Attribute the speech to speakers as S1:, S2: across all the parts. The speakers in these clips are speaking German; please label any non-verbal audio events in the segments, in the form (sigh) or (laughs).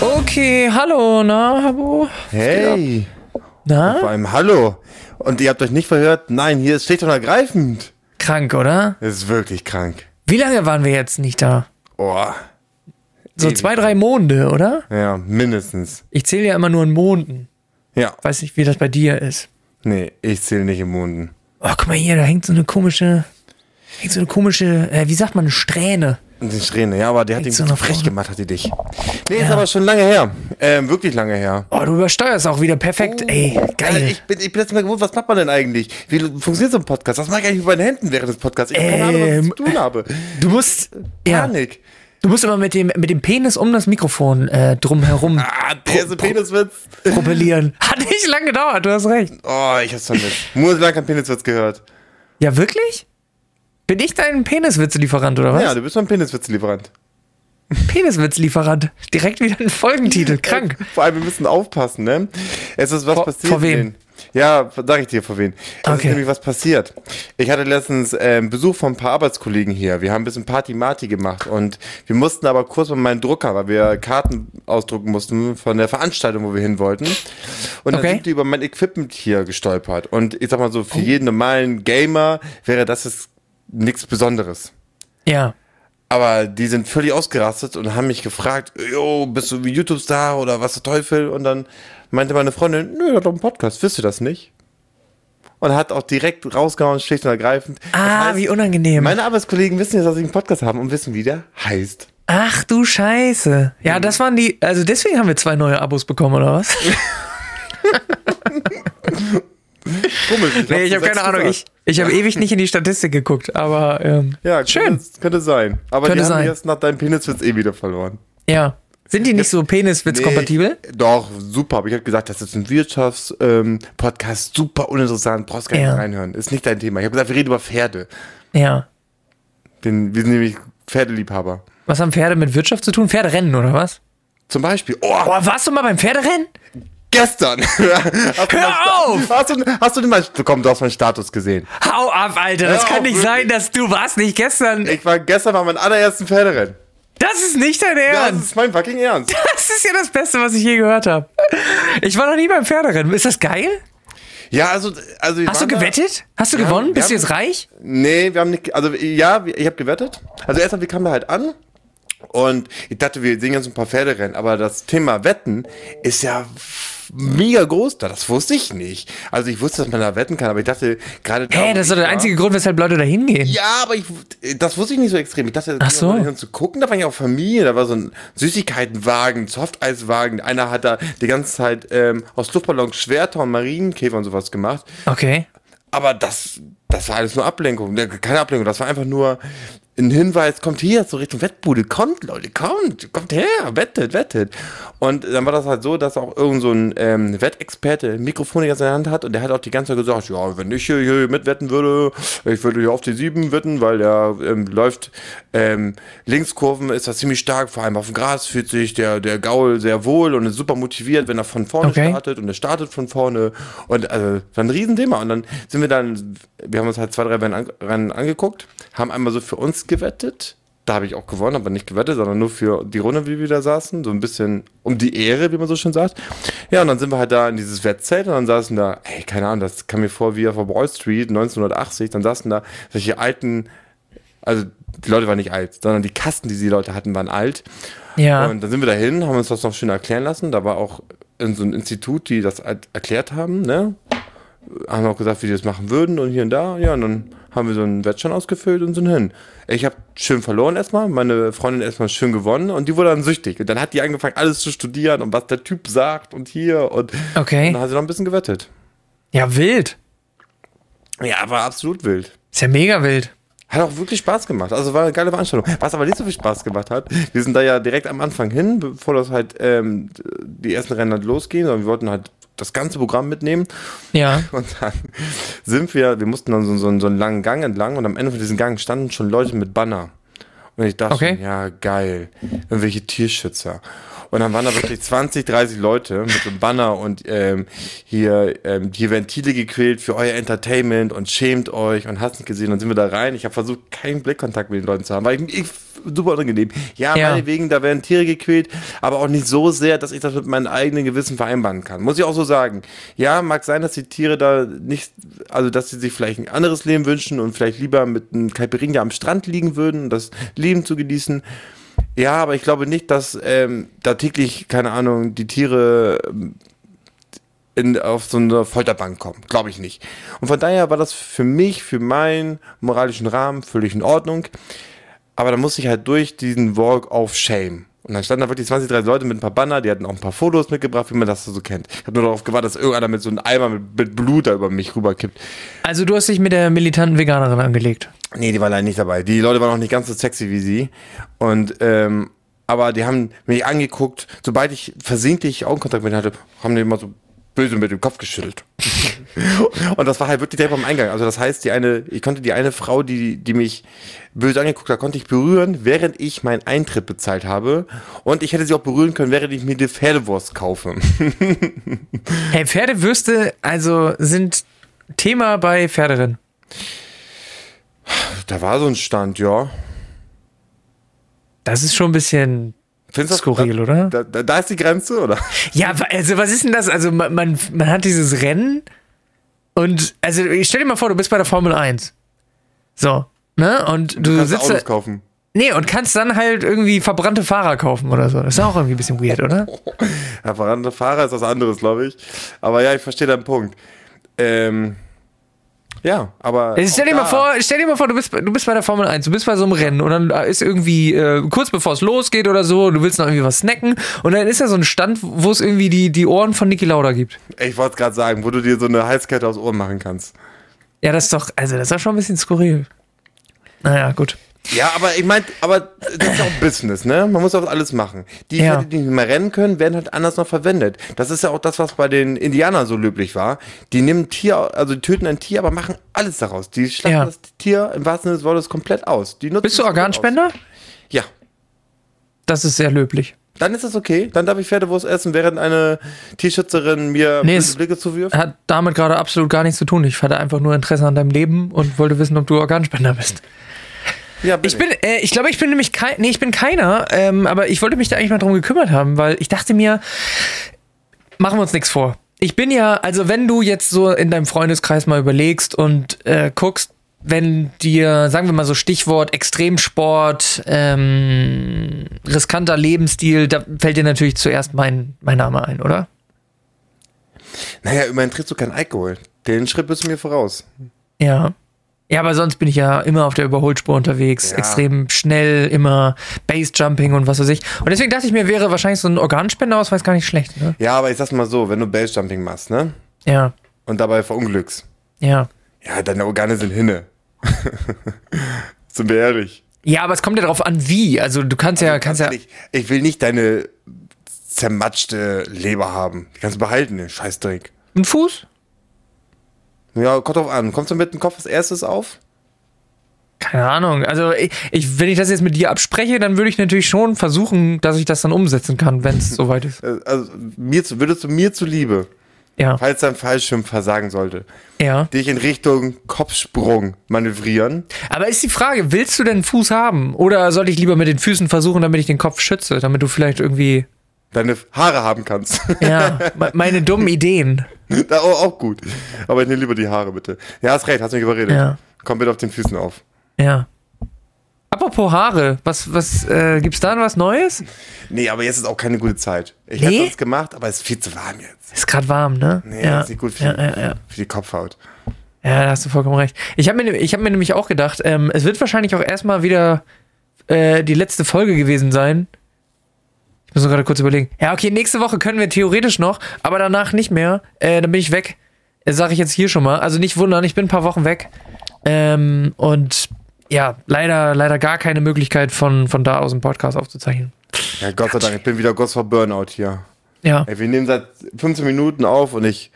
S1: Okay, hallo, na, Habo?
S2: Hey, vor
S1: Na?
S2: allem hallo. Und ihr habt euch nicht verhört? Nein, hier ist schlicht und ergreifend.
S1: Krank, oder?
S2: Es ist wirklich krank.
S1: Wie lange waren wir jetzt nicht da?
S2: Oh,
S1: So
S2: Ewig.
S1: zwei, drei Monde, oder?
S2: ja, mindestens.
S1: Ich zähle ja immer nur in Monden.
S2: Ja,
S1: Weiß nicht, wie das bei dir ist.
S2: nee, ich zähle nicht im Munden.
S1: Oh, guck mal hier, da hängt so eine komische, hängt so eine komische, äh, wie sagt man, eine Strähne.
S2: Und die Strähne, ja, aber der hat ihn
S1: Hängst
S2: so
S1: du noch
S2: frech
S1: vorne?
S2: gemacht, hat die dich. Nee, ist aber schon lange her. Ähm, wirklich lange her.
S1: Oh, du übersteuerst auch wieder perfekt. Ey,
S2: Oh. Ja,
S1: geil.
S2: Ich bin, ich bin jetzt mal gewohnt, was macht man denn eigentlich? Wie funktioniert so ein Podcast? Was mache ich eigentlich mit meinen Händen während des Podcasts? Ich habe keine Ahnung, was ich
S1: Ähm,
S2: zu tun habe.
S1: du musst, ja,
S2: Panik.
S1: du musst immer mit dem, mit dem Penis um das Mikrofon äh,
S2: (laughs)
S1: drumherum
S2: Ah, der ist ein Peniswitz.
S1: propellieren. Hat nicht lange gedauert, du hast recht.
S2: Oh, ich hab's vermisst. Monatelang kein Peniswitz gehört.
S1: Ja, wirklich? Bin ich dein Peniswitzlieferant oder was?
S2: Ja, du bist mein Peniswitzlieferant.
S1: Peniswitzlieferant. Direkt wieder ein
S2: (laughs)
S1: Folgentitel. Krank.
S2: Vor allem, wir müssen aufpassen, ne? Es ist was
S1: Vor-
S2: passiert.
S1: vor wem?
S2: in den- Ja, sag ich dir, vor wem. Es ist
S1: Okay.
S2: nämlich was passiert. Ich hatte letztens ähm, Besuch von ein paar Arbeitskollegen hier. Wir haben ein bisschen Party-Marty gemacht und wir mussten aber kurz mit meinem Drucker, weil wir Karten ausdrucken mussten von der Veranstaltung, wo wir hin wollten. Und dann
S1: Okay. Oh.
S2: sind die über mein Equipment hier gestolpert. Und ich sag mal so, für jeden normalen Gamer wäre das jetzt nichts Besonderes.
S1: Ja.
S2: Aber die sind völlig ausgerastet und haben mich gefragt, yo, bist du wie YouTube-Star oder was der Teufel? Und dann meinte meine Freundin, nö, das ist doch ein Podcast, wisst ihr das nicht? Und hat auch direkt rausgehauen, schlicht und ergreifend. Das
S1: Ah,
S2: heißt,
S1: wie unangenehm.
S2: Meine Arbeitskollegen wissen jetzt, dass ich einen Podcast habe und wissen, wie der heißt.
S1: Ach du Scheiße. Ja, das waren die. Also deswegen haben wir zwei neue Abos bekommen, oder
S2: (laughs)
S1: was?
S2: Komisch. Ich
S1: nee, ich
S2: hab's
S1: habe keine
S2: selbst
S1: Ahnung. Ich,
S2: gesagt.
S1: ich habe ewig nicht in die Statistik geguckt, aber ähm,
S2: Ja,
S1: schön.
S2: Könnte, könnte sein. Aber
S1: Könnte
S2: die haben
S1: sein.
S2: mich jetzt nach deinem Peniswitz eh wieder verloren.
S1: Ja. Sind die nicht so Peniswitz-kompatibel?
S2: Nee, doch, super. Aber ich habe gesagt, das ist ein Wirtschafts-Podcast, ähm, Podcast, super uninteressant, brauchst gar nicht
S1: Ja.
S2: reinhören. Ist nicht dein Thema. Ich habe gesagt, wir reden über Pferde.
S1: Ja.
S2: Den, wir sind nämlich Pferdeliebhaber.
S1: Was haben Pferde mit Wirtschaft zu tun? Pferderennen, oder was?
S2: Zum Beispiel, oh,
S1: Boah, warst du mal beim Pferderennen?
S2: gestern. (laughs) hast du
S1: Hör
S2: meinen Sta-
S1: auf!
S2: Hast du, hast du den mal, komm, du hast meinen Status gesehen.
S1: Hau ab, Alter. Das
S2: Hör
S1: kann
S2: auf,
S1: nicht
S2: wirklich.
S1: sein, dass du warst nicht gestern.
S2: Ich war gestern bei meinem allerersten Pferderennen.
S1: Das ist nicht dein
S2: Das
S1: Ernst.
S2: ist mein fucking Ernst.
S1: (laughs) Das ist ja das Beste, was ich je gehört habe. Ich war noch nie beim Pferderennen. Ist das geil?
S2: Ja, also, also wir
S1: Hast du
S2: waren da-
S1: gewettet? Hast du
S2: Ja,
S1: gewonnen? Bist du
S2: wir
S1: jetzt reich?
S2: Nee, wir haben nicht, also ja, wir- ich habe gewettet. Also erstmal, wir kamen da halt an und ich dachte, wir sehen jetzt ein paar Pferderennen, aber das Thema Wetten ist ja f- mega groß da. Das wusste ich nicht. Also ich wusste, dass man da wetten kann, aber ich dachte gerade. da,
S1: Hä,
S2: wo
S1: das ist doch
S2: ich
S1: der
S2: war-
S1: einzige Grund, weshalb Leute da hingehen.
S2: Ja, aber ich, das wusste ich nicht so extrem. Ich dachte,
S1: Ach so.
S2: um zu gucken, da war ich auch Familie, da war so ein Süßigkeitenwagen, Softeiswagen. Einer hat da die ganze Zeit ähm, aus Luftballons Schwerter und Marienkäfer und sowas gemacht.
S1: Okay.
S2: Aber das, das war alles nur Ablenkung. Ne, Keine Ablenkung, das war einfach nur ein Hinweis, kommt hier so Richtung Wettbude, kommt Leute, kommt, kommt her, wettet, wettet. Und dann war das halt so, dass auch irgend so ein ähm, Wettexperte ein Mikrofon die ganze Zeit in der Hand hat und der hat auch die ganze Zeit gesagt, ja, wenn ich hier, hier mitwetten würde, ich würde hier auf die 7 wetten, weil der ähm, läuft ähm, Linkskurven, ist das ziemlich stark, vor allem auf dem Gras fühlt sich der, der Gaul sehr wohl und ist super motiviert, wenn er von vorne
S1: Okay.
S2: startet startet und er startet von vorne und also war ein Riesenthema und dann sind wir dann, wir haben uns halt zwei, drei Rennen, an, Rennen angeguckt, haben einmal so für uns gewettet, da habe ich auch gewonnen, aber nicht gewettet, sondern nur für die Runde, wie wir da saßen, so ein bisschen um die Ehre, wie man so schön sagt. Ja, und dann sind wir halt da in dieses Wettzelt und dann saßen da, ey, keine Ahnung, das kam mir vor wie auf der Wall Street 1980, dann saßen da solche alten, also die Leute waren nicht alt, sondern die Kasten, die die Leute hatten, waren alt
S1: Ja.
S2: und dann sind wir dahin, haben uns das noch schön erklären lassen. Da war auch in so ein Institut, die das er- erklärt haben, ne? Haben auch gesagt, wie die das machen würden und hier und da. Ja, und dann haben wir so einen Wettschein ausgefüllt und sind hin. Ich habe schön verloren erstmal, meine Freundin erstmal schön gewonnen und die wurde dann süchtig. Und dann hat die angefangen, alles zu studieren und was der Typ sagt und hier und
S1: Okay.
S2: dann hat sie noch ein bisschen gewettet.
S1: Ja, wild.
S2: Ja, war absolut wild.
S1: Ist ja mega wild.
S2: Hat auch wirklich Spaß gemacht. Also war eine geile Veranstaltung. Was aber nicht so viel Spaß gemacht hat, wir sind da ja direkt am Anfang hin, bevor das halt ähm, die ersten Rennen halt losgehen, sondern wir wollten halt das ganze Programm mitnehmen.
S1: Ja.
S2: (laughs) Und dann sind wir, wir mussten dann so, so, so einen langen Gang entlang und am Ende von diesem Gang standen schon Leute mit Banner. Und ich dachte,
S1: Okay.
S2: schon, ja, geil. Irgendwelche Tierschützer. Und dann waren da wirklich 20, 30 Leute mit so einem Banner und ähm, hier, ähm, hier werden Tiere gequält für euer Entertainment und schämt euch und hast nicht gesehen. Dann sind wir da rein. Ich habe versucht, keinen Blickkontakt mit den Leuten zu haben, weil ich, ich super unangenehm. Ja,
S1: Ja.
S2: meinetwegen, da werden Tiere gequält, aber auch nicht so sehr, dass ich das mit meinem eigenen Gewissen vereinbaren kann. Muss ich auch so sagen. Ja, mag sein, dass die Tiere da nicht, also dass sie sich vielleicht ein anderes Leben wünschen und vielleicht lieber mit einem Caipirinha am Strand liegen würden und das Leben zu genießen. Ja, aber ich glaube nicht, dass ähm, da täglich, keine Ahnung, die Tiere ähm, in, auf so eine Folterbank kommen. Glaube ich nicht. Und von daher war das für mich, für meinen moralischen Rahmen völlig in Ordnung. Aber da musste ich halt durch diesen Walk of Shame. Und dann standen da wirklich 20, 30 Leute mit ein paar Banner, die hatten auch ein paar Fotos mitgebracht, wie man das so kennt. Ich habe nur darauf gewartet, dass irgendeiner mit so einem Eimer mit, mit Blut da über mich rüberkippt.
S1: Also du hast dich mit der militanten Veganerin angelegt.
S2: Nee, die war leider nicht dabei. Die Leute waren auch nicht ganz so sexy wie sie. Und, ähm, aber die haben mich angeguckt, sobald ich versehentlich Augenkontakt mit ihnen hatte, haben die immer so böse mit dem Kopf geschüttelt. (laughs) und das war halt wirklich direkt am Eingang. Also das heißt, die eine, ich konnte die eine Frau, die, die mich böse angeguckt hat, konnte ich berühren, während ich meinen Eintritt bezahlt habe. Und ich hätte sie auch berühren können, während ich mir die Pferdewurst kaufe.
S1: Hey, Pferdewürste, also sind Thema bei Pferderennen.
S2: da war so ein Stand, ja.
S1: Das ist schon ein bisschen
S2: Findest das-
S1: Skurril,
S2: da,
S1: oder?
S2: Da, da, da ist die Grenze, oder?
S1: Ja, wa- also was ist denn das? Also man, man, man hat dieses Rennen und also ich stell dir mal vor, du bist bei der Formel 1. So, ne? Und du,
S2: Kannst
S1: sitzt da,
S2: Autos kaufen.
S1: nee, und kannst dann halt irgendwie verbrannte Fahrer kaufen oder so. Das ist auch irgendwie ein bisschen weird, oder?
S2: Oh, Ja, verrannte Fahrer ist was anderes, glaube ich. Aber ja, ich verstehe deinen Punkt. Ähm, ja, aber.
S1: Also stell dir
S2: auch
S1: mal vor,
S2: da-
S1: stell dir mal vor, du bist, du bist bei der Formel 1, du bist bei so einem Rennen und dann ist irgendwie äh, kurz bevor es losgeht oder so, du willst noch irgendwie was snacken und dann ist da so ein Stand, wo es irgendwie die, die Ohren von Niki Lauda gibt.
S2: Ich wollte es gerade sagen, wo du dir so eine Halskette aus Ohren machen kannst.
S1: Ja, das ist doch, also das ist doch schon ein bisschen skurril. Naja, gut.
S2: Ja, aber ich meine, aber das ist auch Business, ne? Man muss auch alles machen. Die
S1: Ja.
S2: Pferde, die nicht mehr rennen können, werden halt anders noch verwendet. Das ist ja auch das, was bei den Indianern so löblich war. Die nehmen ein Tier, also die töten ein Tier, aber machen alles daraus. Die schlachten
S1: Ja.
S2: das Tier im wahrsten Sinne des Wortes komplett aus. Die nutzen
S1: Bist du
S2: es komplett
S1: Organspender?
S2: Aus. Ja.
S1: Das ist sehr löblich.
S2: Dann ist es okay. Dann darf ich Pferdewurst essen, während eine Tierschützerin mir
S1: Nee,
S2: böse
S1: es-
S2: Blicke zuwirft.
S1: Hat damit gerade absolut gar nichts zu tun. Ich hatte einfach nur Interesse an deinem Leben und wollte wissen, ob du Organspender bist.
S2: Ja,
S1: Ich bin, äh, ich glaube, ich bin nämlich kein, nee, ich bin keiner, ähm, aber ich wollte mich da eigentlich mal drum gekümmert haben, weil ich dachte mir, machen wir uns nichts vor. Ich bin ja, also wenn du jetzt so in deinem Freundeskreis mal überlegst und äh, guckst, wenn dir, sagen wir mal so Stichwort Extremsport, ähm, riskanter Lebensstil, da fällt dir natürlich zuerst mein, mein Name ein, oder?
S2: Naja, immerhin trinkst du keinen Alkohol. Den Schritt bist du mir voraus.
S1: Ja. Ja, aber sonst bin ich ja immer auf der Überholspur unterwegs,
S2: Ja.
S1: extrem schnell, immer Base-Jumping und was weiß ich. Und deswegen dachte ich mir, wäre wahrscheinlich so ein Organspenderausweis gar nicht schlecht, ne?
S2: Ja, aber ich sag's mal so, wenn du Basejumping machst, ne?
S1: Ja,
S2: Und dabei verunglückst.
S1: ja.
S2: Ja, deine Organe sind hinne. (laughs) Sind wir ehrlich.
S1: Ja, aber es kommt ja darauf an, wie. Also du kannst ja, kannst ja.
S2: Ich, ich will nicht deine zermatschte Leber haben. Die kannst du behalten, den Scheißdreck.
S1: Ein Fuß?
S2: Ja, kommt drauf an. Kommst du mit dem Kopf als erstes auf?
S1: Keine Ahnung. Also ich, ich, wenn ich das jetzt mit dir abspreche, dann würde ich natürlich schon versuchen, dass ich das dann umsetzen kann, wenn (laughs) es soweit ist.
S2: Äh, Also, mir zu, würdest du mir zuliebe,
S1: Ja.
S2: falls dein Fallschirm versagen sollte,
S1: Ja.
S2: dich in Richtung Kopfsprung manövrieren.
S1: Aber ist die Frage, willst du denn einen Fuß haben? Oder sollte ich lieber mit den Füßen versuchen, damit ich den Kopf schütze, damit du vielleicht irgendwie.
S2: deine Haare haben kannst. (laughs)
S1: (laughs) Ja, me- meine dummen Ideen.
S2: da, auch, auch gut. Aber ich nehme lieber die Haare, bitte. Ja, hast recht, hast mich überredet.
S1: Ja.
S2: Komm bitte auf den Füßen auf.
S1: Ja. Apropos Haare, was, was, äh, gibt's da was Neues?
S2: Nee, aber jetzt ist auch keine gute Zeit. Ich
S1: Nee?
S2: hätte es gemacht, aber es ist viel zu warm jetzt.
S1: Ist gerade warm, ne?
S2: Nee,
S1: ja.
S2: ist nicht gut für,
S1: ja, ja, ja.
S2: für die Kopfhaut.
S1: ja, da hast du vollkommen recht. Ich habe mir, ne, ich hab mir nämlich auch gedacht, ähm, es wird wahrscheinlich auch erstmal wieder äh, die letzte Folge gewesen sein. Ich muss nur gerade kurz überlegen. Ja, okay, nächste Woche können wir theoretisch noch, aber danach nicht mehr. Äh, dann bin ich weg. Sage ich jetzt hier schon mal. Also nicht wundern, ich bin ein paar Wochen weg. Ähm, und ja, leider, leider gar keine Möglichkeit, von, von da aus einen Podcast aufzuzeichnen.
S2: Ja, Gott sei Dank, ich bin wieder Gott vor Burnout hier.
S1: Ja.
S2: Ey, wir nehmen seit 15 Minuten auf und ich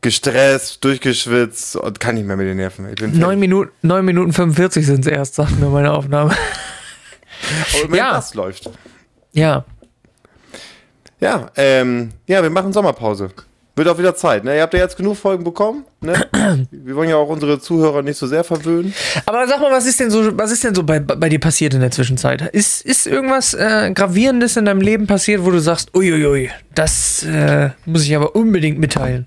S2: gestresst, durchgeschwitzt und kann nicht mehr mit den Nerven. Ich bin
S1: Neun Minuten, neun Minuten 45 sind es erst, sagt mir meine Aufnahme. (laughs)
S2: fertig. Aber
S1: Ja.
S2: ja. das Oh, läuft.
S1: Ja.
S2: Ja, ähm, ja, wir machen Sommerpause. Wird auch wieder Zeit, ne? Ihr habt ja jetzt genug Folgen bekommen, ne? Wir wollen ja auch unsere Zuhörer nicht so sehr verwöhnen.
S1: Aber sag mal, was ist denn so, was ist denn so bei, bei dir passiert in der Zwischenzeit? Ist, ist irgendwas äh, Gravierendes in deinem Leben passiert, wo du sagst, uiuiui, das äh, muss ich aber unbedingt mitteilen?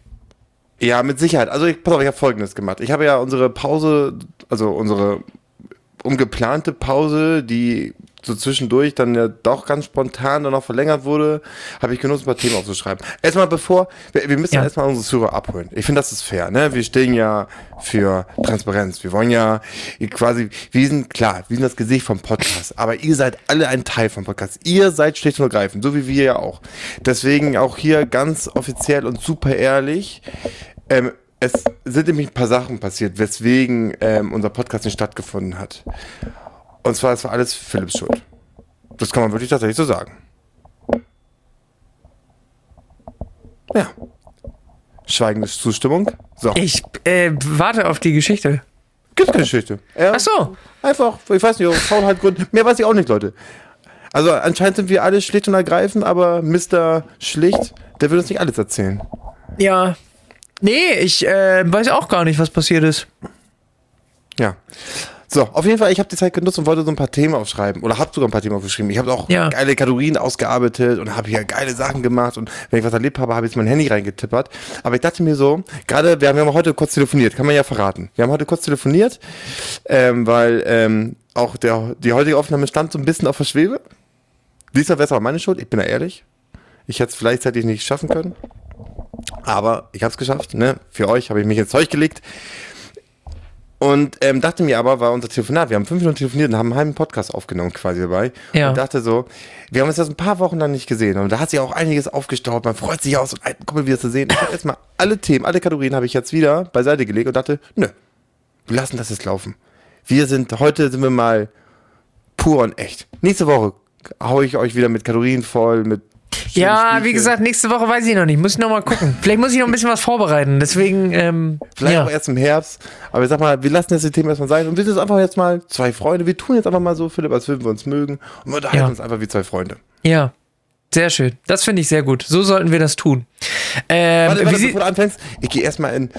S2: Ja, mit Sicherheit. Also, ich, pass auf, ich habe Folgendes gemacht. Ich habe ja unsere Pause, also unsere umgeplante Pause, die so zwischendurch dann ja doch ganz spontan dann noch verlängert wurde, habe ich genutzt, ein paar Themen aufzuschreiben. Erstmal bevor, wir, wir müssen
S1: Ja.
S2: ja. erstmal unsere Zuhörer abholen. Ich finde, das ist fair, ne? Wir stehen ja für Transparenz. Wir wollen ja quasi, wir sind, klar, wir sind das Gesicht vom Podcast, aber ihr seid alle ein Teil vom Podcast. Ihr seid schlicht und ergreifend, so wie wir ja auch. Deswegen auch hier ganz offiziell und super ehrlich, ähm, es sind nämlich ein paar Sachen passiert, weswegen ähm, unser Podcast nicht stattgefunden hat. Und zwar, es war alles Philipps Schuld. Das kann man wirklich tatsächlich so sagen. Ja. Schweigende Zustimmung. So,
S1: Ich äh, warte auf die Geschichte.
S2: gibt's keine Geschichte. Ja,
S1: Ach so.
S2: Einfach, ich weiß nicht, aus Faulheitgründen. Mehr weiß ich auch nicht, Leute. Also anscheinend sind wir alle schlicht und ergreifend, aber Mr. Schlicht, der will uns nicht alles erzählen.
S1: Ja. Nee, ich äh, weiß auch gar nicht, was passiert ist.
S2: Ja. So, auf jeden Fall, ich habe die Zeit genutzt und wollte so ein paar Themen aufschreiben. Oder habe sogar ein paar Themen aufgeschrieben. Ich habe auch
S1: Ja.
S2: geile Kategorien ausgearbeitet und habe hier geile Sachen gemacht. Und wenn ich was erlebt habe, habe ich jetzt mein Handy reingetippert. Aber ich dachte mir so, gerade, wir haben ja mal heute kurz telefoniert, kann man ja verraten. Wir haben heute kurz telefoniert, ähm, weil ähm, auch der, die heutige Aufnahme stand so ein bisschen auf der Schwebe. Diesmal wäre es aber meine Schuld, ich bin da ehrlich. Ich hätte es vielleicht hätte ich nicht schaffen können. Aber ich habe es geschafft. Ne? Für euch habe ich mich ins Zeug gelegt. Und ähm, dachte mir aber, war unser Telefonat, wir haben fünf Minuten telefoniert und haben einen halben Podcast aufgenommen quasi dabei.
S1: Ja.
S2: Und dachte so, wir haben uns jetzt ein paar Wochen dann nicht gesehen. Und da hat sich auch einiges aufgestaut. Man freut sich aus, so einen alten Kumpel wieder zu sehen. Ich habe jetzt mal alle Themen, alle Kategorien habe ich jetzt wieder beiseite gelegt und dachte, nö, wir lassen das jetzt laufen. Wir sind, heute sind wir mal pur und echt. Nächste Woche hau ich euch wieder mit Kalorien voll, mit. schönen
S1: Ja,
S2: Spielchen.
S1: wie gesagt, nächste Woche weiß ich noch nicht. Muss ich noch mal gucken. Vielleicht muss ich noch ein bisschen was vorbereiten. Deswegen, ähm,
S2: Vielleicht
S1: ja.
S2: auch erst im Herbst. Aber ich sag mal, wir lassen jetzt die Themen erstmal sein und wir sind jetzt einfach jetzt mal zwei Freunde. Wir tun jetzt einfach mal so, Philipp, als würden wir uns mögen und wir unterhalten
S1: Ja.
S2: uns einfach wie zwei Freunde.
S1: ja. Sehr schön. Das finde ich sehr gut. So sollten wir das tun. Ähm,
S2: Warte,
S1: wie
S2: warte,
S1: sie-
S2: bevor du anfängst, ich gehe erstmal in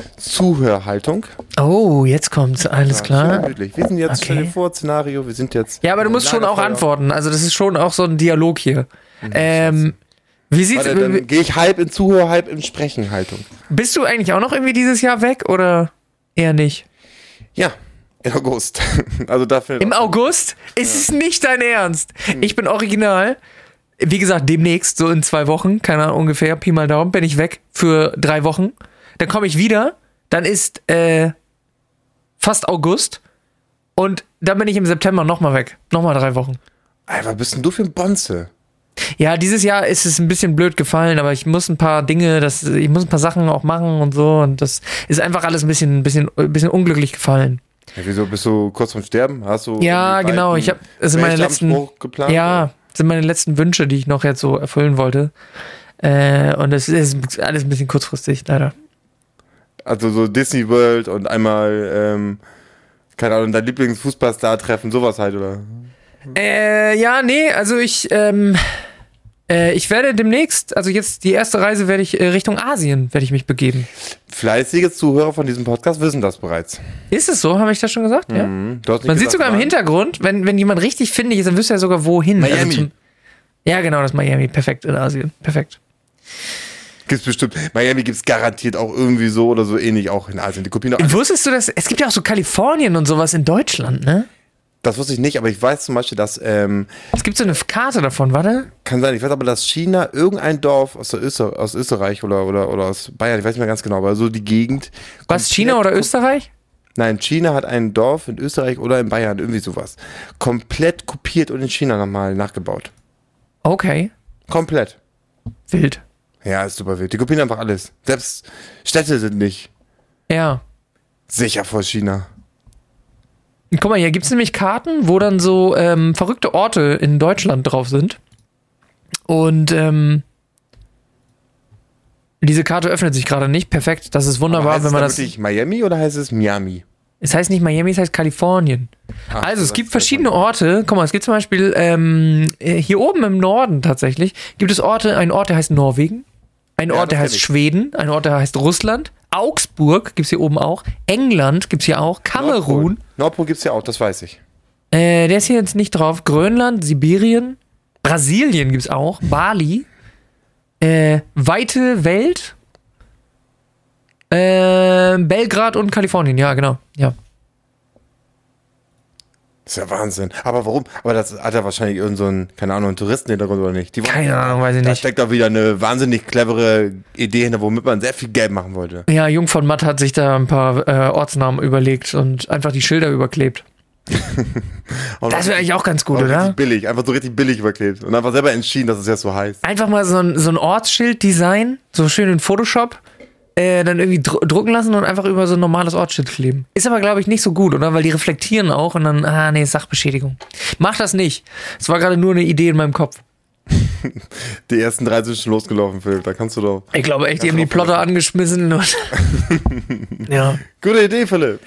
S2: Zuhörhaltung.
S1: oh, jetzt kommt's. Alles
S2: Schön
S1: klar.
S2: gemütlich. Wir sind jetzt,
S1: Okay.
S2: stell dir vor, Szenario, wir sind jetzt.
S1: Ja, aber du musst schon auch
S2: Lagerfeuer.
S1: antworten. Also das ist schon auch so ein Dialog hier. Ähm, wie sieht's?
S2: Mhm, Warte, dann gehe ich halb in Zuhör, halb in Sprechenhaltung.
S1: bist du eigentlich auch noch irgendwie dieses Jahr weg oder eher nicht?
S2: Ja, im August. (laughs) Also da findet
S1: Im August? Ist es nicht dein Ernst? Ich bin original. Wie gesagt, demnächst, so in zwei Wochen, keine Ahnung ungefähr, Pi mal Daumen, bin ich weg für drei Wochen. Dann komme ich wieder, dann ist äh, fast August und dann bin ich im September nochmal weg. Nochmal drei Wochen.
S2: Alter, was bist denn du für ein Bonze?
S1: Ja, dieses Jahr ist es ein bisschen blöd gefallen, aber ich muss ein paar Dinge, das, ich muss ein paar Sachen auch machen und so und das ist einfach alles ein bisschen, ein bisschen, ein bisschen unglücklich gefallen.
S2: Ja, wieso bist du kurz vorm Sterben? Hast du
S1: Ja,
S2: irgendwie
S1: genau,
S2: bald
S1: ich hab-
S2: einen
S1: das sind meine letzten-
S2: Rechtsanspruch geplant?
S1: Ja, sind meine letzten Wünsche, die ich noch jetzt so erfüllen wollte. Äh, und das ist alles ein bisschen kurzfristig, leider.
S2: Also so Disney World und einmal, ähm, keine Ahnung, dein Lieblingsfußballstar treffen, sowas halt, oder?
S1: Äh, ja, nee, also ich, ähm, äh, ich werde demnächst, also jetzt die erste Reise werde ich äh, Richtung Asien, werde ich mich begeben.
S2: Fleißige Zuhörer von diesem Podcast wissen das bereits.
S1: Ist es so? Habe ich das schon gesagt? Ja.
S2: Mhm. Du hast nicht
S1: Man
S2: gesagt,
S1: sieht sogar im
S2: wann.
S1: Hintergrund, wenn, wenn jemand richtig findig ist, dann wüsste er sogar wohin. Also
S2: Miami.
S1: ja, genau, das Miami. Perfekt in Asien. Perfekt.
S2: Gibt's bestimmt. Miami gibt's garantiert auch irgendwie so oder so ähnlich auch in Asien. Die kopieren auch.
S1: Wusstest du das? Es gibt ja auch so Kalifornien und sowas in Deutschland, ne?
S2: Das wusste ich nicht, aber ich weiß zum Beispiel, dass, ähm,
S1: Es gibt so eine Karte davon, warte.
S2: Kann sein, ich weiß aber, dass China irgendein Dorf aus, der Öster, aus Österreich oder, oder, oder aus Bayern, ich weiß nicht mehr ganz genau, aber so die Gegend.
S1: Was, China oder Österreich?
S2: Nein, China hat ein Dorf in Österreich oder in Bayern, irgendwie sowas. Komplett kopiert und in China nochmal nachgebaut.
S1: Okay.
S2: Komplett.
S1: Wild.
S2: Ja, ist super wild. Die kopieren einfach alles. Selbst Städte sind nicht
S1: Ja.
S2: sicher vor China.
S1: Guck mal, hier gibt es nämlich Karten, wo dann so ähm, verrückte Orte in Deutschland drauf sind. Und ähm, diese Karte öffnet sich gerade nicht. Perfekt. Das ist
S2: Aber
S1: wunderbar,
S2: heißt
S1: wenn man
S2: es dann
S1: das.
S2: wirklich Miami oder heißt es Miami?
S1: Es heißt nicht Miami, es heißt Kalifornien.
S2: Ach,
S1: also es
S2: das
S1: gibt
S2: ist
S1: verschiedene Orte. Guck mal, es gibt zum Beispiel ähm, äh, hier oben im Norden tatsächlich, gibt es Orte, einen Ort, der heißt Norwegen. Ein
S2: Ja,
S1: Ort, der heißt
S2: das kenn ich.
S1: Schweden, ein Ort, der heißt Russland, Augsburg gibt's hier oben auch, England gibt's hier auch, Kamerun,
S2: Nordpol, Nordpol gibt's ja auch, das weiß ich.
S1: äh, der ist hier jetzt nicht drauf, Grönland, Sibirien, Brasilien gibt's auch, Bali, äh, weite Welt, äh, Belgrad und Kalifornien, ja, genau, ja.
S2: Das ist ja Wahnsinn. Aber warum? Aber das hat ja wahrscheinlich irgendeinen, so einen, keine Ahnung, einen Touristenhintergrund oder nicht. Die wollen-
S1: Keine Ahnung, weiß ich
S2: Da
S1: nicht.
S2: steckt da wieder eine wahnsinnig clevere Idee hinter, womit man sehr viel Geld machen wollte.
S1: Ja, Jung von Matt hat sich da ein paar äh, Ortsnamen überlegt und einfach die Schilder überklebt.
S2: Und
S1: Das ne? wäre eigentlich auch ganz gut,
S2: und
S1: oder?
S2: Richtig billig, einfach so richtig billig überklebt. Und einfach selber entschieden, dass es jetzt so heißt.
S1: Einfach mal so ein, so ein Ortsschild-Design, so schön in Photoshop, äh, dann irgendwie dr drucken lassen und einfach über so ein normales Ortsschild kleben. Ist aber, glaube ich, nicht so gut, oder? Weil die reflektieren auch und dann, ah, nee, Sachbeschädigung. Mach das nicht. Es war gerade nur eine Idee in meinem Kopf.
S2: Die ersten drei sind schon losgelaufen, Philipp. Da kannst du doch.
S1: Ich glaube echt, die haben die
S2: drauf.
S1: Plotter angeschmissen und. ja.
S2: Gute Idee, Philipp.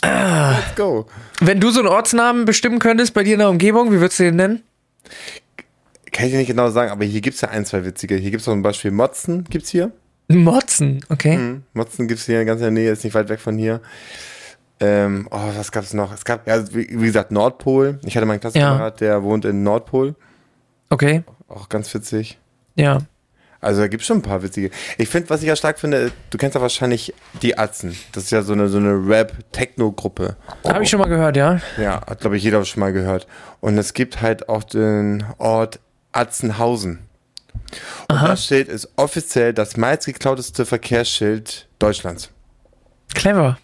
S1: Ah.
S2: Let's go.
S1: Wenn du so einen Ortsnamen bestimmen könntest bei dir in der Umgebung, wie würdest du den nennen?
S2: Kann ich dir nicht genau sagen, aber hier gibt's ja ein, zwei witzige. Hier gibt's zum Beispiel Motzen, gibt's hier.
S1: Motzen, okay.
S2: Mhm. Motzen gibt's hier ganz in der Nähe, ist nicht weit weg von hier. Ähm, oh, was gab's noch? Es gab, ja, wie, wie gesagt, Nordpol. Ich hatte meinen Klassenkamerad, der wohnt in Nordpol.
S1: Okay,
S2: Auch ganz witzig.
S1: ja.
S2: Also da gibt's schon ein paar witzige. Ich finde, was ich ja stark finde, du kennst ja wahrscheinlich die Atzen. Das ist ja so eine, so eine Rap-Techno-Gruppe.
S1: Habe ich schon mal gehört, ja.
S2: Ja, hat, glaube ich, jeder schon mal gehört. Und es gibt halt auch den Ort Atzenhausen. Und da steht, ist offiziell das meistgeklauteste Verkehrsschild Deutschlands.
S1: Clever.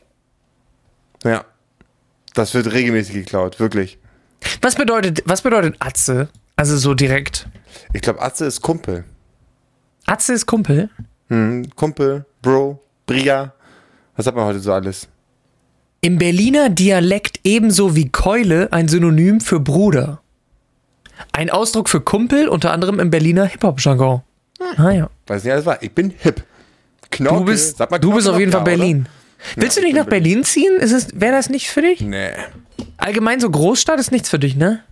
S2: Ja. Das wird regelmäßig geklaut, wirklich.
S1: Was bedeutet, was bedeutet Atze? Also so direkt.
S2: Ich glaube, Atze ist Kumpel.
S1: Atze ist Kumpel.
S2: Hm, Kumpel, Bro, Briga. Was hat man heute so alles?
S1: Im Berliner Dialekt ebenso wie Keule ein Synonym für Bruder. Ein Ausdruck für Kumpel, unter anderem im Berliner Hip-Hop-Jargon.
S2: Hm.
S1: Ah ja.
S2: Weiß nicht alles war. Ich bin hip. Knorke.
S1: Du bist,
S2: Sagt man
S1: du
S2: Knorke
S1: bist auf
S2: noch?
S1: jeden Fall
S2: Ja,
S1: Berlin. Willst
S2: Ja,
S1: du nicht
S2: ich
S1: nach
S2: bin Berlin. Hm.
S1: Berlin ziehen? Ist es, wäre das nicht für dich?
S2: Oder? Nee.
S1: Allgemein so Großstadt ist nichts für dich, ne?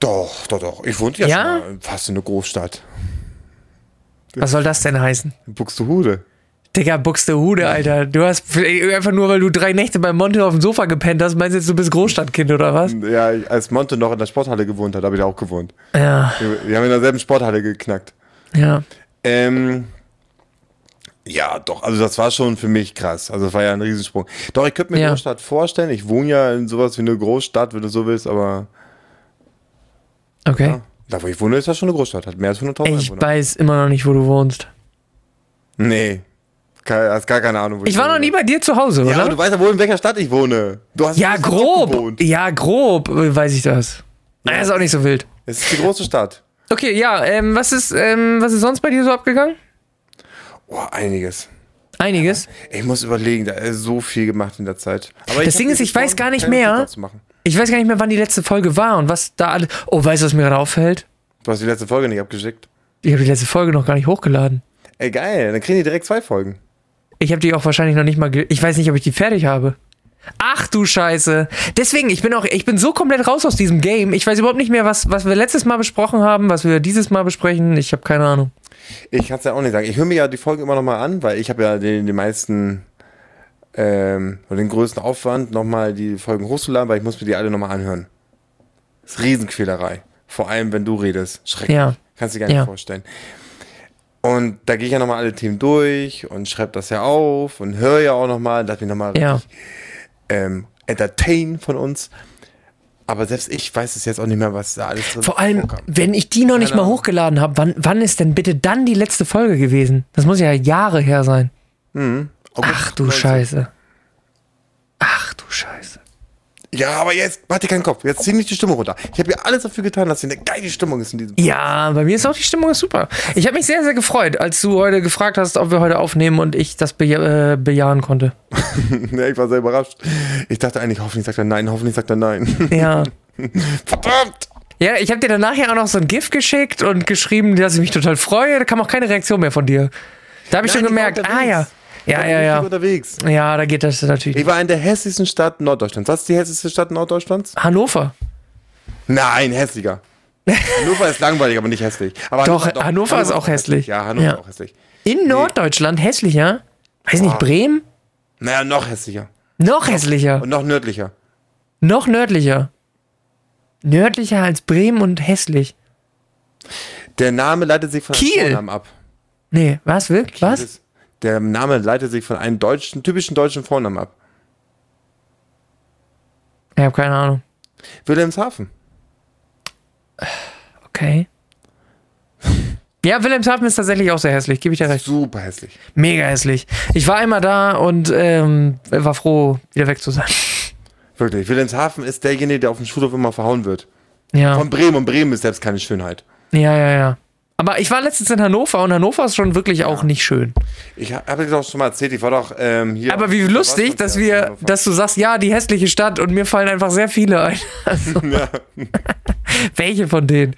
S2: Doch, doch, doch. Ich wohnte ja,
S1: Ja?
S2: schon mal fast in einer Großstadt.
S1: Was soll das denn heißen?
S2: Buxtehude.
S1: Digga, Buxtehude, Alter. Du hast einfach nur, weil du drei Nächte bei Monte auf dem Sofa gepennt hast, meinst du jetzt, du bist Großstadtkind oder was?
S2: Ja, ich- als Monte noch in der Sporthalle gewohnt hat, habe ich da auch gewohnt.
S1: Ja,
S2: Wir, wir haben in derselben Sporthalle geknackt.
S1: ja.
S2: Ähm, ja, doch, also das war schon für mich krass. Also das war ja ein Riesensprung. Doch, ich könnte mir
S1: Ja.
S2: eine Großstadt vorstellen. Ich wohne ja in sowas wie eine Großstadt, wenn du so willst, aber
S1: Okay.
S2: ja. da, wo ich wohne, ist das schon eine Großstadt. Hat mehr als 100.000
S1: Ey, ich
S2: Einwohner.
S1: weiß immer noch nicht, wo du wohnst.
S2: Nee, Ke- hast gar keine Ahnung. Wo
S1: Ich war noch
S2: wohne.
S1: nie bei dir zu Hause,
S2: Ja, aber
S1: oder?
S2: du weißt ja wohl, in welcher Stadt ich wohne. Du hast
S1: Ja,
S2: du hast
S1: grob.
S2: gewohnt.
S1: Ja, grob äh, weiß ich das. Ja. Ist auch nicht so wild.
S2: Es ist die große Stadt.
S1: Okay, ja, ähm, was ist, ähm, was ist sonst bei dir so abgegangen?
S2: Oh, einiges.
S1: Einiges.
S2: Ich muss überlegen, da ist so viel gemacht in der Zeit. Aber
S1: Das
S2: hab
S1: Ding ist,
S2: mir
S1: ich weiß
S2: vorgenommen,
S1: gar nicht
S2: keine
S1: mehr.
S2: TikToks zu machen.
S1: Ich weiß gar nicht mehr, wann die letzte Folge war und was da alles. Oh, weißt du, was mir gerade auffällt?
S2: Du hast die letzte Folge nicht abgeschickt.
S1: Ich habe die letzte Folge noch gar nicht hochgeladen.
S2: Ey, geil, dann kriegen die direkt zwei Folgen.
S1: Ich habe die auch wahrscheinlich noch nicht mal. ge- Ich weiß nicht, ob ich die fertig habe. Ach du Scheiße. Deswegen, ich bin auch, ich bin so komplett raus aus diesem Game. Ich weiß überhaupt nicht mehr, was, was wir letztes Mal besprochen haben, was wir dieses Mal besprechen. Ich habe keine Ahnung.
S2: Ich kann es ja auch nicht sagen. Ich höre mir ja die Folgen immer nochmal an, weil ich habe ja den, den meisten ähm, oder den größten Aufwand, nochmal die Folgen hochzuladen, weil ich muss mir die alle nochmal anhören. Das ist Riesenquälerei. Vor allem, wenn du redest. Schrecklich.
S1: Ja.
S2: Kannst dir gar nicht
S1: Ja.
S2: vorstellen. Und da gehe ich ja nochmal alle Themen durch und schreibe das ja auf und höre ja auch nochmal, lass mich nochmal
S1: Ja.
S2: ähm, entertain von uns. Aber selbst ich weiß es jetzt auch nicht mehr, was da alles drin
S1: Vor allem,
S2: vorkam.
S1: wenn ich die noch nicht
S2: Keine
S1: mal
S2: Ahnung.
S1: hochgeladen habe, wann, wann ist denn bitte dann die letzte Folge gewesen? Das muss ja Jahre her sein.
S2: August
S1: Ach du
S2: 19.
S1: Scheiße. Ach du Scheiße.
S2: Ja, aber jetzt, mach dir keinen Kopf. Jetzt zieh nicht die Stimmung runter. Ich habe ja alles dafür getan, dass hier eine geile Stimmung ist in diesem.
S1: Ja, bei mir ist auch die Stimmung super. Ich habe mich sehr, sehr gefreut, als du heute gefragt hast, ob wir heute aufnehmen und ich das beja äh, bejahen konnte.
S2: (laughs) Ja, ich war sehr überrascht. Ich dachte eigentlich, hoffentlich sagt er nein, hoffentlich sagt er nein. (laughs)
S1: Ja.
S2: Verdammt!
S1: Ja, ich habe dir dann nachher auch noch so ein GIF geschickt und geschrieben, dass ich mich total freue. Da kam auch keine Reaktion mehr von dir. Da habe ich
S2: Nein,
S1: schon
S2: ich war
S1: gemerkt, ah ja.
S2: unterwegs.
S1: Ja,
S2: Ich
S1: ja,
S2: war richtig
S1: ja.
S2: unterwegs.
S1: Ja, da geht das natürlich.
S2: Ich war in der hässlichsten Stadt Norddeutschlands. Was ist die hässlichste Stadt Norddeutschlands?
S1: Hannover.
S2: Nein, hässlicher. Hannover ist langweilig, aber nicht hässlich. Aber
S1: Doch, Hannover ist auch hässlich.
S2: Ja, Hannover
S1: Ja.
S2: ist auch hässlich.
S1: In Norddeutschland hässlicher? Weiß nicht,
S2: Boah.
S1: Bremen?
S2: Naja, noch hässlicher.
S1: Noch hässlicher.
S2: Und noch nördlicher.
S1: Noch nördlicher. Nördlicher als Bremen und hässlich.
S2: Der Name leitet sich von
S1: Kiel.
S2: einem Vornamen ab.
S1: Nee, was? Wirklich? Was?
S2: Dieses- Der Name leitet sich von einem deutschen, typischen deutschen Vornamen ab.
S1: Ich habe keine Ahnung.
S2: Wilhelmshaven.
S1: Okay. Ja, Wilhelmshaven ist tatsächlich auch sehr hässlich, gebe ich dir recht.
S2: Super hässlich.
S1: Mega hässlich. Ich war einmal da und ähm, war froh, wieder weg zu sein.
S2: Wirklich. Wilhelmshaven ist derjenige, der auf dem Schulhof immer verhauen wird.
S1: Ja.
S2: Von Bremen und Bremen ist selbst keine Schönheit.
S1: Ja, ja, ja. Aber ich war letztens in Hannover und Hannover ist schon wirklich auch nicht schön.
S2: Ich habe dir doch schon mal erzählt, ich war doch ähm, hier.
S1: Aber wie
S2: Da
S1: lustig,
S2: warst du
S1: dass
S2: ja in
S1: wir,
S2: Hannover.
S1: dass du sagst, ja, die hässliche Stadt und mir fallen einfach sehr viele
S2: (laughs)
S1: ein. Also,
S2: Ja.
S1: (laughs) Welche von denen?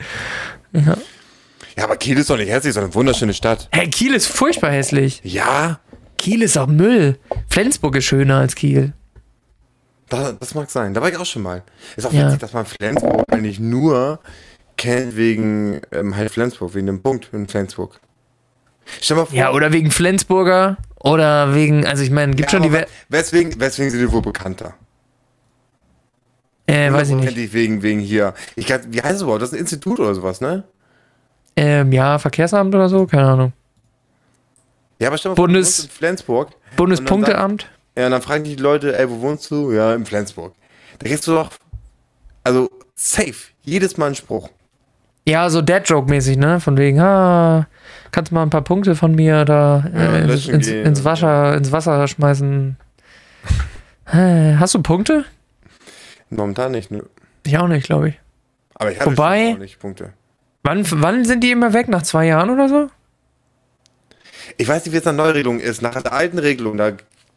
S2: ja, aber Kiel ist doch nicht hässlich, sondern eine wunderschöne Stadt.
S1: Hey, Kiel ist furchtbar hässlich.
S2: Ja,
S1: Kiel ist auch Müll. Flensburg ist schöner als Kiel.
S2: das, das mag sein. Da war ich auch schon mal. Ist auch
S1: Ja.
S2: witzig, dass man Flensburg eigentlich nur kennt wegen ähm, halt Flensburg, wegen dem Punkt in Flensburg. Stell mal vor,
S1: Ja, oder wegen Flensburger oder wegen, also ich meine, gibt
S2: Ja,
S1: schon die
S2: aber
S1: Welt.
S2: weswegen, weswegen sind die wohl bekannter?
S1: Äh, weiß ich
S2: Kennt
S1: nicht.
S2: die wegen, wegen hier. Ich kann, wie heißt es überhaupt? Das ist ein Institut oder sowas, ne?
S1: Ähm, ja, Verkehrsamt oder so, keine Ahnung.
S2: Ja, aber stell mal
S1: Bundes-
S2: vor, du wohnst in Flensburg.
S1: Bundespunkteamt?
S2: Ja, und dann fragen dich die Leute, ey, wo wohnst du? Ja, in Flensburg. Da kriegst du doch, also safe, jedes Mal einen Spruch.
S1: Ja, so Dad-Joke-mäßig, ne? Von wegen, ah, kannst mal ein paar Punkte von mir da äh, ins,
S2: löschen
S1: ins,
S2: gehen
S1: ins,
S2: und-
S1: Wasser, ins Wasser schmeißen. Hä, Hast du Punkte?
S2: Momentan nicht, ne?
S1: Ich auch nicht, glaube ich.
S2: Aber ich hatte
S1: Wobei-
S2: schon auch nicht Punkte.
S1: Wann, wann sind die immer weg? Nach zwei Jahren oder so?
S2: Ich weiß nicht, wie es nach Neuregelung ist. Nach der alten Regelung, da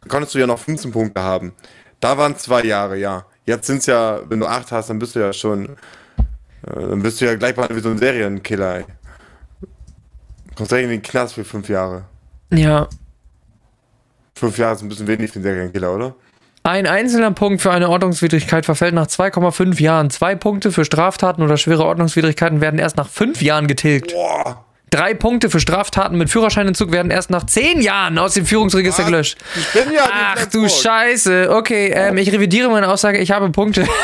S2: konntest du ja noch 15 Punkte haben. Da waren zwei Jahre, ja. Jetzt sind es ja, wenn du acht hast, dann bist du ja schon, äh, dann bist du ja gleich mal wie so ein Serienkiller. Ey. Kommst direkt in den Knast für fünf Jahre.
S1: Ja.
S2: Fünf Jahre ist ein bisschen wenig für einen Serienkiller, oder?
S1: Ein einzelner Punkt für eine Ordnungswidrigkeit verfällt nach 2,5 Jahren. Zwei Punkte für Straftaten oder schwere Ordnungswidrigkeiten werden erst nach fünf Jahren getilgt.
S2: Boah!
S1: Drei Punkte für Straftaten mit Führerscheinentzug werden erst nach zehn Jahren aus dem Führungsregister gelöscht.
S2: Ich bin ja
S1: Ach du Scheiße. Okay, ähm, ich revidiere meine Aussage, ich habe Punkte. (laughs)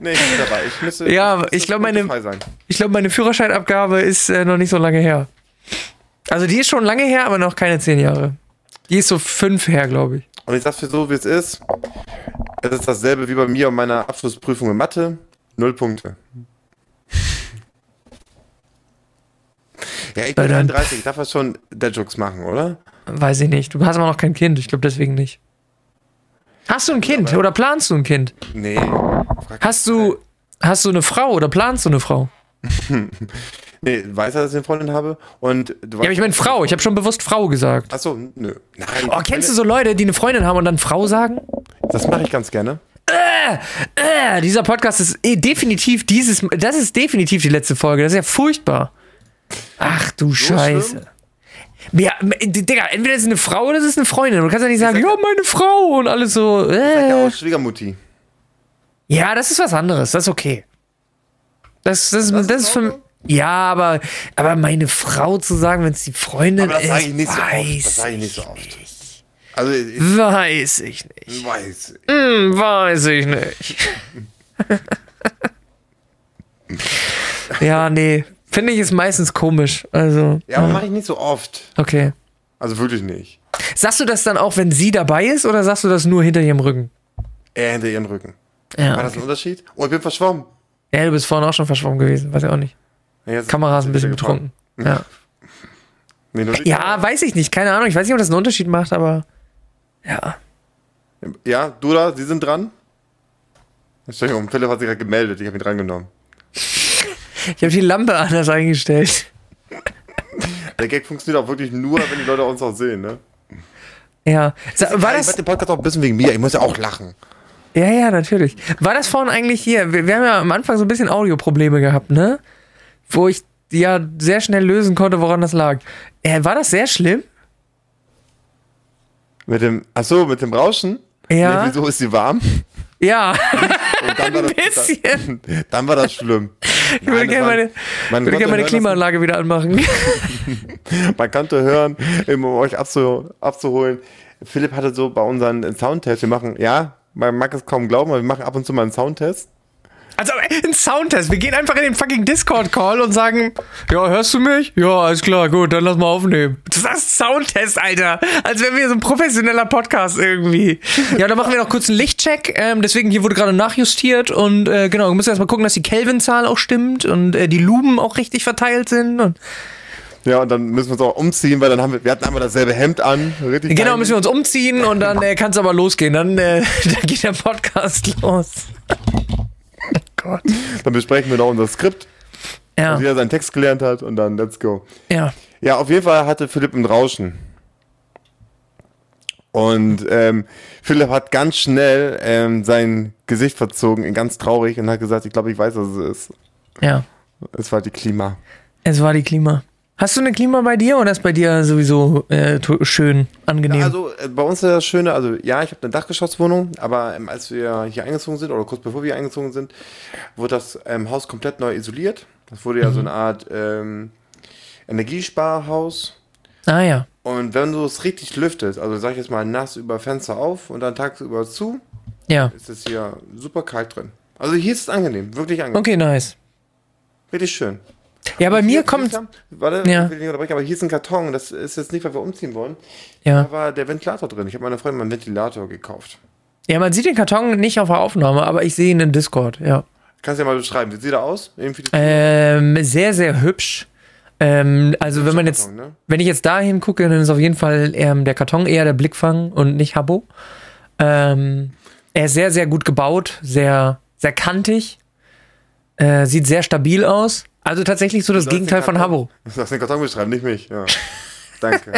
S2: Nee, ich bin dabei. Ich müsste,
S1: Ja,
S2: müsste
S1: ich glaub, meine-
S2: frei sein.
S1: Ich glaube, meine Führerscheinabgabe ist äh, noch nicht so lange her. Also die ist schon lange her, aber noch keine zehn Jahre. Die ist so fünf her, glaube ich.
S2: Und ich sag's dir so, wie es ist. Es ist dasselbe wie bei mir und meiner Abschlussprüfung in Mathe. Null Punkte. Ja, ich bin
S1: Na dann.
S2: 31, ich darf was schon der Jokes machen, oder?
S1: Weiß ich nicht. Du hast aber noch kein Kind. Ich glaube deswegen nicht. Hast du ein Kind oder planst du ein Kind?
S2: Nee. Frag-
S1: Hast du, hast du eine Frau oder planst du eine Frau?
S2: Nee, weißt du, dass ich eine Freundin habe? Und du
S1: Ja, aber ich meine Frau. Ich habe schon bewusst Frau gesagt.
S2: Achso, nö. Nein.
S1: Oh, kennst du so Leute, die eine Freundin haben und dann Frau sagen?
S2: Das mache ich ganz gerne.
S1: Äh, dieser Podcast ist eh definitiv dieses, das ist definitiv die letzte Folge. Das ist ja furchtbar. Ach du Scheiße. Ja, m- Digga, entweder ist es eine Frau oder es ist eine Freundin. Du kannst ja nicht sagen,
S2: sag
S1: ja,
S2: ja-
S1: meine Frau und alles so.
S2: Ja,
S1: Äh.
S2: auch Schwiegermutti.
S1: Ja, das ist was anderes. Das ist okay. Das, das, das,
S2: ist
S1: ist
S2: in
S1: für Ja, aber, aber meine Frau zu sagen, wenn es die Freundin
S2: Aber das
S1: ist,
S2: sage ich nicht so oft. Das
S1: weiß,
S2: sage ich nicht so oft. Also, ich,
S1: weiß ich nicht.
S2: ich weiß.
S1: Hm, weiß ich nicht. ja, nee. Finde ich ist meistens komisch. Also,
S2: Ja, aber mache ich nicht so oft.
S1: okay.
S2: Also wirklich nicht.
S1: Sagst du das dann auch, wenn sie dabei ist, oder sagst du das nur hinter ihrem Rücken?
S2: Er hinter ihren Rücken. War
S1: Ja.
S2: das ein Unterschied? Oh, ich bin verschwommen.
S1: Ja, du bist vorhin auch schon verschwommen gewesen, weiß ich auch nicht.
S2: Ja, jetzt-
S1: Kamera ist ein bisschen
S2: wieder gefangen.
S1: betrunken. Ja.
S2: Nee, nur die-
S1: ja, weiß ich nicht. Keine Ahnung. Ich weiß nicht, ob das einen Unterschied macht, aber. Ja.
S2: Ja, du da, Sie sind dran. Entschuldigung, Philipp hat sich gerade gemeldet, ich habe ihn drangenommen.
S1: Ich habe die Lampe anders eingestellt.
S2: Der Gag funktioniert auch wirklich nur, wenn die Leute uns auch sehen, ne?
S1: Ja. Sa- War
S2: Ja,
S1: das,
S2: den Podcast auch ein bisschen wegen mir, ich muss ja auch lachen.
S1: Ja, ja, natürlich. War das vorhin eigentlich hier? Wir, wir haben ja am Anfang so ein bisschen Audioprobleme gehabt, ne? Wo ich ja sehr schnell lösen konnte, woran das lag. Äh, war das sehr schlimm?
S2: Mit dem, ach so, mit dem Rauschen?
S1: Ja.
S2: Nee, wieso ist sie warm?
S1: Ja. (laughs)
S2: Oh dann war
S1: Ein
S2: das,
S1: bisschen.
S2: Dann, dann war das schlimm.
S1: Ich würde gerne meine, würde gerne meine Klimaanlage wieder anmachen.
S2: Man konnte hören, (laughs) um euch abzu, abzuholen. Philipp hatte so bei unseren Soundtest, wir machen, ja, man mag es kaum glauben, aber wir machen ab und zu mal einen Soundtest.
S1: Also ein Soundtest. Wir gehen einfach in den fucking Discord-Call und sagen, ja, hörst du mich? Ja, alles klar, gut, dann lass mal aufnehmen. Das ist ein Soundtest, Alter. Als wären wir so ein professioneller Podcast irgendwie. Ja, dann machen wir noch kurz einen Lichtcheck. Ähm, deswegen, hier wurde gerade nachjustiert und äh, genau, wir müssen erstmal gucken, dass die Kelvin-Zahl auch stimmt und äh, die Lumen auch richtig verteilt sind. Und
S2: Ja, und dann müssen wir uns auch umziehen, weil dann haben wir, wir hatten einmal dasselbe Hemd an. Richtig
S1: genau,
S2: peinlich.
S1: müssen wir uns umziehen und dann äh, kann es aber losgehen. Dann, äh, (laughs) dann geht der Podcast los. Oh Gott.
S2: Dann besprechen wir noch unser Skript,
S1: Ja,
S2: wie er seinen Text gelernt hat und dann let's go.
S1: ja.
S2: Ja, auf jeden Fall hatte Philipp ein Rauschen. Und ähm, Philipp hat ganz schnell ähm, sein Gesicht verzogen, ganz traurig, und hat gesagt, ich glaube, ich weiß, was es ist.
S1: Ja.
S2: Es war die Klima.
S1: Es war die Klima. Hast du eine Klima bei dir oder ist bei dir sowieso äh, to- schön, angenehm?
S2: Also äh, bei uns ist das Schöne, also ja, ich habe eine Dachgeschosswohnung, aber ähm, als wir hier eingezogen sind oder kurz bevor wir eingezogen sind, wurde das ähm, Haus komplett neu isoliert. Das wurde
S1: Mhm.
S2: ja so eine Art ähm, Energiesparhaus.
S1: ah ja.
S2: Und wenn du es richtig lüftest, also sag ich jetzt mal nass über Fenster auf und dann tagsüber zu,
S1: Ja.
S2: ist es hier super kalt drin. Also hier ist es angenehm, wirklich angenehm,
S1: Okay, nice.
S2: richtig schön.
S1: Ja, bei mir
S2: Hier
S1: kommt.
S2: Haben, warte,
S1: Ja.
S2: ich will nicht unterbrechen, aber hier ist ein Karton, das ist jetzt nicht, weil wir umziehen wollen.
S1: Ja.
S2: Da war der Ventilator drin. Ich habe meiner Freundin mal einen Ventilator gekauft.
S1: ja, man sieht den Karton nicht auf der Aufnahme, aber ich sehe ihn in Discord, ja.
S2: Kannst du ja mal beschreiben, wie sieht er aus? Irgendwie die
S1: Ähm, sehr, sehr hübsch. Ähm, also wenn man jetzt,
S2: Karton, ne? (laughs)
S1: wenn ich jetzt da hingucke, dann ist auf jeden Fall ähm, der Karton eher der Blickfang und nicht Habbo. Ähm, er ist sehr, sehr gut gebaut, sehr, sehr kantig. Äh, sieht sehr stabil aus. Also tatsächlich so das
S2: Du sollst
S1: Gegenteil
S2: den
S1: von
S2: Karton-
S1: Habbo.
S2: Du sollst den Karton beschreiben, nicht mich. (laughs) Ja. Danke.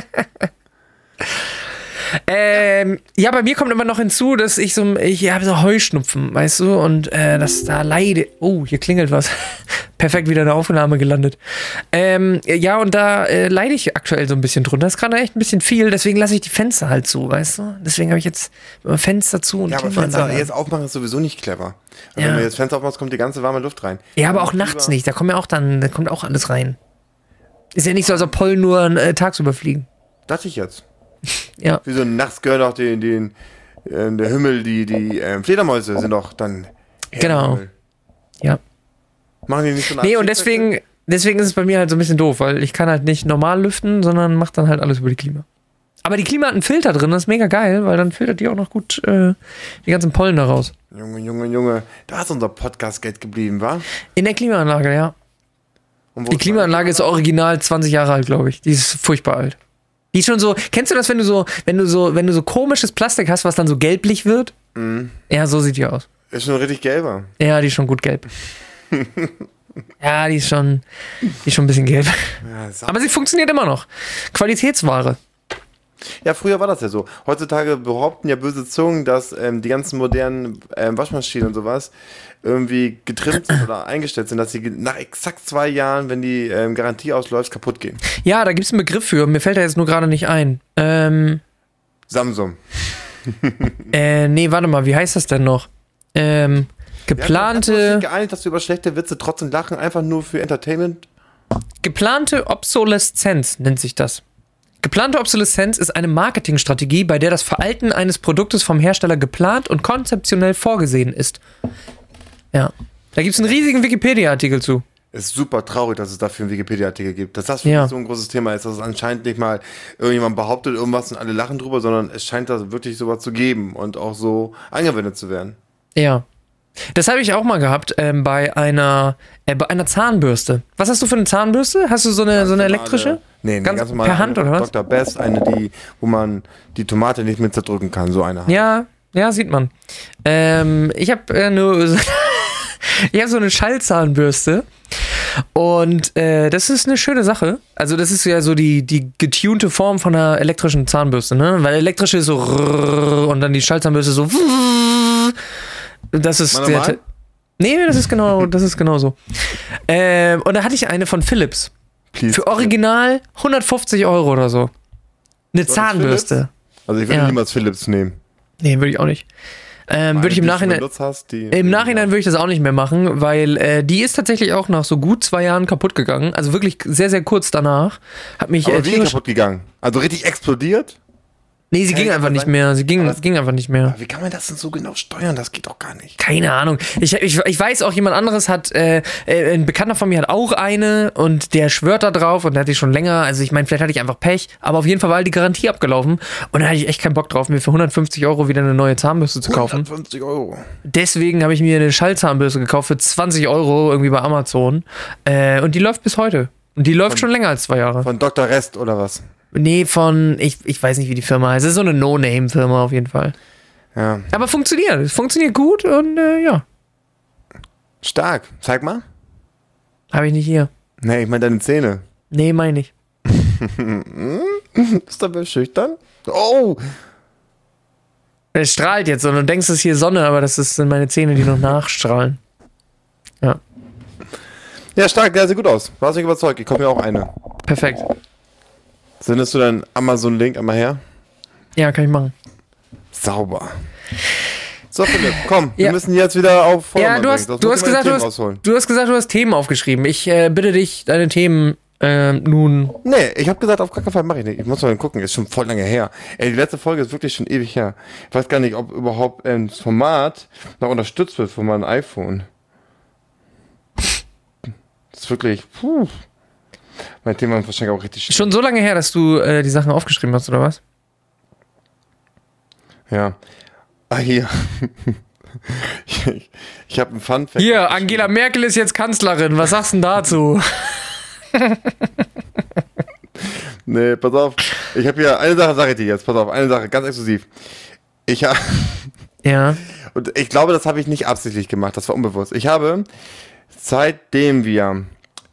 S1: Ähm, ja, bei mir kommt immer noch hinzu, dass ich so, ich habe so Heuschnupfen, weißt du, und äh, das da leide. Oh, hier klingelt was. (laughs) Perfekt wieder eine Aufnahme gelandet. Ähm, ja, und da äh, leide ich aktuell so ein bisschen drunter. Das ist gerade echt ein bisschen viel, deswegen lasse ich die Fenster halt zu, weißt du? Deswegen habe ich jetzt immer Fenster zu und
S2: ja, aber
S1: Klimaanlage
S2: Fenster
S1: an.
S2: jetzt aufmachen ist sowieso nicht clever. Weil
S1: Ja.
S2: Wenn wir jetzt Fenster aufmachen, kommt die ganze warme Luft rein.
S1: ja, aber auch nachts nicht. Da kommt ja auch dann, da kommt auch alles rein. Ist ja nicht so, als ob Pollen nur äh, tagsüber fliegen.
S2: Dachte ich jetzt.
S1: (laughs) Ja.
S2: Wieso nachts gehört auch den, den, ähm, der Himmel, die, die ähm, Fledermäuse sind doch dann. hell
S1: Genau.
S2: im Himmel.
S1: Ja.
S2: Machen die nicht so
S1: Nee, und deswegen, deswegen ist es bei mir halt so ein bisschen doof, weil ich kann halt nicht normal lüften, sondern macht dann halt alles über die Klima. Aber die Klima hat einen Filter drin, das ist mega geil, weil dann filtert die auch noch gut äh, die ganzen Pollen da raus.
S2: Junge, Junge, Junge, da ist unser Podcast-Geld geblieben, war?
S1: In der Klimaanlage, ja.
S2: Und wo
S1: Die
S2: ist
S1: Klimaanlage ist original 20 Jahre alt, glaube ich. Die ist furchtbar alt. Die ist schon so, kennst du das, wenn du so, wenn du so, wenn du so komisches Plastik hast, was dann so gelblich wird? Ja, so sieht die aus.
S2: meine? Ist schon richtig gelber.
S1: Ja, die ist schon gut gelb. ja, die ist schon, die ist schon ein bisschen gelb.
S2: Ja, sau-
S1: Aber sie funktioniert immer noch. Qualitätsware.
S2: Ja, früher war das ja so. Heutzutage behaupten ja böse Zungen, dass ähm, die ganzen modernen ähm, Waschmaschinen und sowas irgendwie getrimmt sind oder eingestellt sind, dass sie ge- nach exakt zwei Jahren, wenn die ähm, Garantie ausläuft, kaputt gehen.
S1: Ja, da gibt's einen Begriff für. Mir fällt er jetzt nur gerade nicht ein. Ähm,
S2: Samsung.
S1: äh, nee, warte mal, wie heißt das denn noch? Ähm,
S2: Wir hatten- hatten wir uns
S1: geplante,
S2: nicht geeinigt, dass wir über schlechte Witze trotzdem lachen, einfach nur für Entertainment.
S1: geplante Obsoleszenz nennt sich das. Geplante Obsoleszenz ist eine Marketingstrategie, bei der das Veralten eines Produktes vom Hersteller geplant und konzeptionell vorgesehen ist. Ja. Da gibt's einen riesigen Wikipedia-Artikel zu.
S2: Ist super traurig, dass es dafür einen Wikipedia-Artikel gibt. Dass das für
S1: Ja.
S2: mich so ein großes Thema ist, dass es anscheinend nicht mal irgendjemand behauptet irgendwas und alle lachen drüber, sondern es scheint da wirklich sowas zu geben und auch so angewendet zu werden.
S1: Ja. Das habe ich auch mal gehabt ähm, bei einer äh, bei einer Zahnbürste. Was hast du für eine Zahnbürste? Hast du so eine, so Also eine elektrische?
S2: Nee, nee,
S1: Ganz-
S2: ganz, normal.
S1: per Hand, oder was?
S2: Dr. Best, eine, die, wo man die Tomate nicht mit zerdrücken kann, so eine. Hand.
S1: Ja, ja, sieht man. Ähm, ich habe äh, nur so, (laughs) ich hab so eine Schallzahnbürste und äh, das ist eine schöne Sache. Also das ist ja so die, die getunte Form von einer elektrischen Zahnbürste, ne? Weil elektrische ist so und dann die Schallzahnbürste so. Das ist
S2: Mal
S1: der,
S2: normal?
S1: Nee, das ist genau, das ist genau so. Ähm, und da hatte ich eine von Philips.
S2: Please.
S1: Für original 150 Euro oder so. Eine Zahnbürste.
S2: Also ich würde
S1: Ja.
S2: niemals Philips nehmen.
S1: Nee, würde ich auch nicht. Ähm, würde ich im
S2: die du
S1: Nachhinein.
S2: benutzt hast, die,
S1: Im Nachhinein würde ich das auch nicht mehr machen, weil äh, die ist tatsächlich auch nach so gut zwei Jahren kaputt gegangen. Also wirklich sehr, sehr kurz danach. Hat mich äh,
S2: Aber wie
S1: tierisch,
S2: kaputt gegangen? Also richtig explodiert?
S1: Nee, sie ging
S2: kann
S1: einfach
S2: sein.
S1: nicht mehr. Sie ging,
S2: Aber-
S1: es ging einfach nicht mehr.
S2: Wie kann man das denn so genau steuern? Das geht doch gar nicht.
S1: Keine Ahnung. Ich, ich, ich weiß auch, jemand anderes hat, äh, äh, ein Bekannter von mir hat auch eine und der schwört da drauf und der hat die schon länger. Also ich meine, vielleicht hatte ich einfach Pech, aber auf jeden Fall war die Garantie abgelaufen und da hatte ich echt keinen Bock drauf, mir für 150 Euro wieder eine neue Zahnbürste zu kaufen.
S2: 150 Euro.
S1: Deswegen habe ich mir eine Schallzahnbürste gekauft für 20 Euro irgendwie bei Amazon. Äh, und die läuft bis heute. Und die läuft schon länger als zwei Jahre.
S2: Von Dr. Rest oder was?
S1: nee, von, ich, ich weiß nicht, wie die Firma heißt. Es ist so eine No-Name-Firma auf jeden Fall.
S2: Ja.
S1: Aber funktioniert. Es funktioniert gut und äh, ja,
S2: Stark. Zeig mal.
S1: habe ich nicht hier.
S2: Nee, ich meine deine Zähne.
S1: Nee, meine ich.
S2: Ist dabei schüchtern? Oh!
S1: Es strahlt jetzt und du denkst, es ist hier Sonne, aber das ist, sind meine Zähne, die noch nachstrahlen.
S2: Ja, stark. Ja, sieht gut aus. Du hast mich überzeugt. Ich komme mir auch eine.
S1: Perfekt.
S2: Sendest du deinen Amazon-Link einmal her?
S1: Ja, kann ich machen.
S2: Sauber. So, Philipp, komm.
S1: Ja.
S2: Wir müssen jetzt wieder auf
S1: Ja,
S2: Vordermann
S1: du hast,
S2: bringen. Sonst
S1: du,
S2: muss
S1: hast
S2: ich meine
S1: gesagt, du,
S2: Themen
S1: hast,
S2: rausholen.
S1: du hast gesagt, du hast Themen aufgeschrieben. Ich äh, bitte dich, deine Themen äh, nun.
S2: Nee, ich habe gesagt, auf gar keinen Fall mache ich nicht. Ich muss mal gucken, ist schon voll lange her. Ey, die letzte Folge ist wirklich schon ewig her. Ich weiß gar nicht, ob überhaupt ähm, das Format noch unterstützt wird von meinem iPhone. Das ist wirklich, puh. Mein Thema ist wahrscheinlich auch richtig
S1: Schon so lange her, dass du äh, die Sachen aufgeschrieben hast, oder was?
S2: Ja. Ah, hier. (laughs) ich ich habe einen Fun-Fact.
S1: Hier, Angela Merkel ist jetzt Kanzlerin. Was sagst du denn dazu?
S2: Nee, pass auf. Ich habe hier eine Sache, sage ich dir jetzt. Pass auf, eine Sache, ganz exklusiv. Ich habe.
S1: Ja.
S2: (laughs) Und ich glaube, das habe ich nicht absichtlich gemacht, das war unbewusst. Ich habe, seitdem wir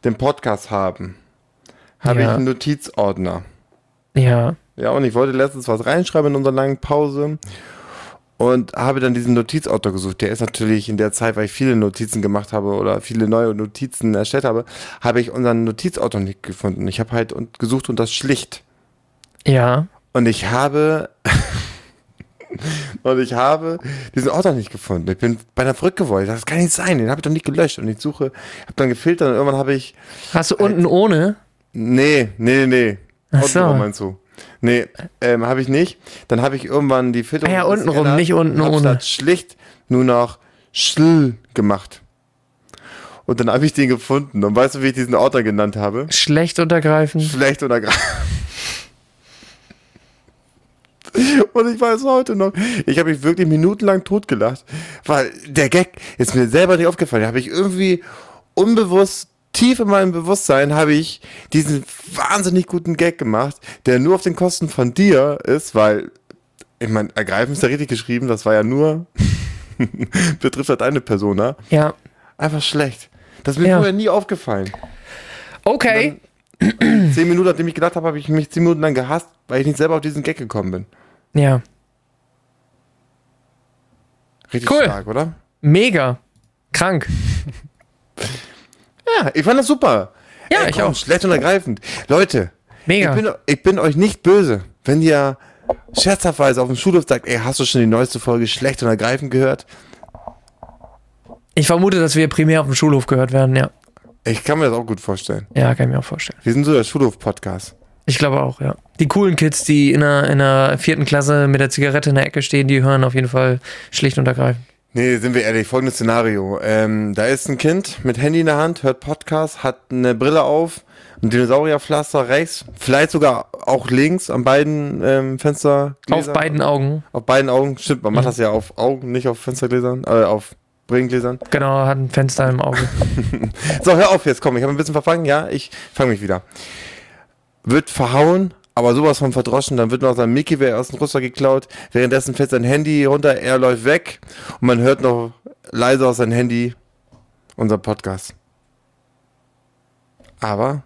S2: den Podcast haben, habe
S1: Ja.
S2: ich einen Notizordner.
S1: Ja.
S2: Ja, und ich wollte letztens was reinschreiben in unserer langen Pause und habe dann diesen Notizordner gesucht. Der ist natürlich in der Zeit, weil ich viele Notizen gemacht habe oder viele neue Notizen erstellt habe, habe ich unseren Notizordner nicht gefunden. Ich habe halt und gesucht und das schlicht.
S1: Ja.
S2: Und ich habe. (laughs) und ich habe diesen Ordner nicht gefunden. Ich bin beinahe verrückt geworden. Ich dachte, Das kann nicht sein. Den habe ich doch nicht gelöscht. Und ich suche, habe dann gefiltert und irgendwann habe ich.
S1: Hast du unten
S2: Äh.
S1: ohne?
S2: Nee, nee, nee.
S1: Ach so.
S2: Untenrum meinst du? Nee, ähm, habe ich nicht. Dann habe ich irgendwann die Filterung.
S1: Ah ja,
S2: ein bisschen
S1: untenrum,
S2: geändert,
S1: nicht unten
S2: hab
S1: ohne.
S2: Statt schlicht nur noch schl gemacht. Und dann habe ich den gefunden. Und weißt du, wie ich diesen Ordner genannt habe?
S1: Schlecht untergreifen.
S2: schlecht oder gerade. Und ich weiß heute noch, ich habe mich wirklich minutenlang totgelacht, weil der Gag ist mir selber nicht aufgefallen. Da habe ich irgendwie unbewusst, tief in meinem Bewusstsein, habe ich diesen wahnsinnig guten Gag gemacht, der nur auf den Kosten von dir ist, weil, ich meine, ergreifend ist ja richtig geschrieben, das war ja nur, (laughs) betrifft halt eine Persona,
S1: Ja.
S2: einfach schlecht. Das ist mir
S1: Ja.
S2: vorher nie aufgefallen.
S1: Okay.
S2: Zehn Minuten, nachdem ich gedacht habe, habe ich mich zehn Minuten lang gehasst, weil ich nicht selber auf diesen Gag gekommen bin.
S1: Ja.
S2: Richtig
S1: Cool.
S2: stark, oder?
S1: Mega. Krank.
S2: Ja, ich fand das super.
S1: Ja, ich auch.
S2: Schlecht und ergreifend. Leute,
S1: Mega.
S2: ich, bin, ich bin euch nicht böse, wenn ihr scherzhaftweise auf dem Schulhof sagt, ey, hast du schon die neueste Folge schlecht und ergreifend gehört?
S1: Ich vermute, dass wir primär auf dem Schulhof gehört werden. Ja.
S2: Ich kann mir das auch gut vorstellen.
S1: Ja, kann ich mir auch vorstellen.
S2: Wir sind so der Schulhof-Podcast.
S1: Ich glaube auch, ja. Die coolen Kids, die in der, in der vierten Klasse mit der Zigarette in der Ecke stehen, die hören auf jeden Fall schlicht und ergreifend.
S2: Nee, sind wir ehrlich, folgendes Szenario. Ähm, da ist ein Kind mit Handy in der Hand, hört Podcast, hat eine Brille auf, ein Dinosaurierpflaster rechts, vielleicht sogar auch links an beiden ähm, Fenster.
S1: Auf beiden Mhm. Augen.
S2: Auf beiden Augen, stimmt, man macht das ja auf Augen, nicht auf Fenstergläsern, äh, auf Brillengläsern.
S1: Genau, hat ein Fenster im Auge.
S2: So, hör auf jetzt, komm, ich habe ein bisschen verfangen, ja, ich fange mich wieder. Wird verhauen, aber sowas von verdroschen, dann wird noch sein Mickey wer aus dem Ruster geklaut, währenddessen fällt sein Handy runter, er läuft weg und man hört noch leise aus seinem Handy unser Podcast. Aber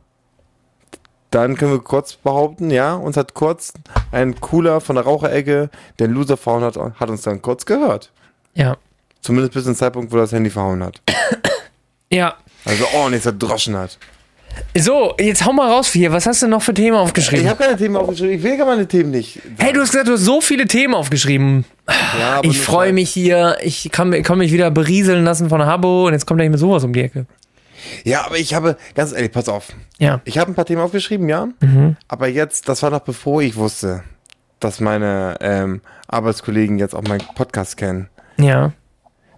S2: dann können wir kurz behaupten, ja, uns hat kurz ein Cooler von der Raucherecke, der einen Loser verhauen hat, hat uns dann kurz gehört.
S1: Ja.
S2: Zumindest bis zum Zeitpunkt, wo er das Handy verhauen hat.
S1: Ja.
S2: Also ordentlich verdroschen oh, hat.
S1: So, jetzt hau mal raus hier. Was hast du noch für Themen aufgeschrieben?
S2: Ich habe keine Themen aufgeschrieben. Ich will gar meine Themen nicht.
S1: hey, du hast gesagt, du hast so viele Themen aufgeschrieben.
S2: Ja, aber
S1: Ich
S2: nur
S1: freue
S2: zwei.
S1: mich hier. Ich kann, kann mich wieder berieseln lassen von Habo und jetzt kommt er nicht mit sowas um die Ecke.
S2: Ja, aber ich habe, ganz ehrlich, pass auf.
S1: Ja.
S2: Ich habe ein paar Themen aufgeschrieben, ja. Aber jetzt, das war noch bevor ich wusste, dass meine ähm, Arbeitskollegen jetzt auch meinen Podcast kennen.
S1: Ja.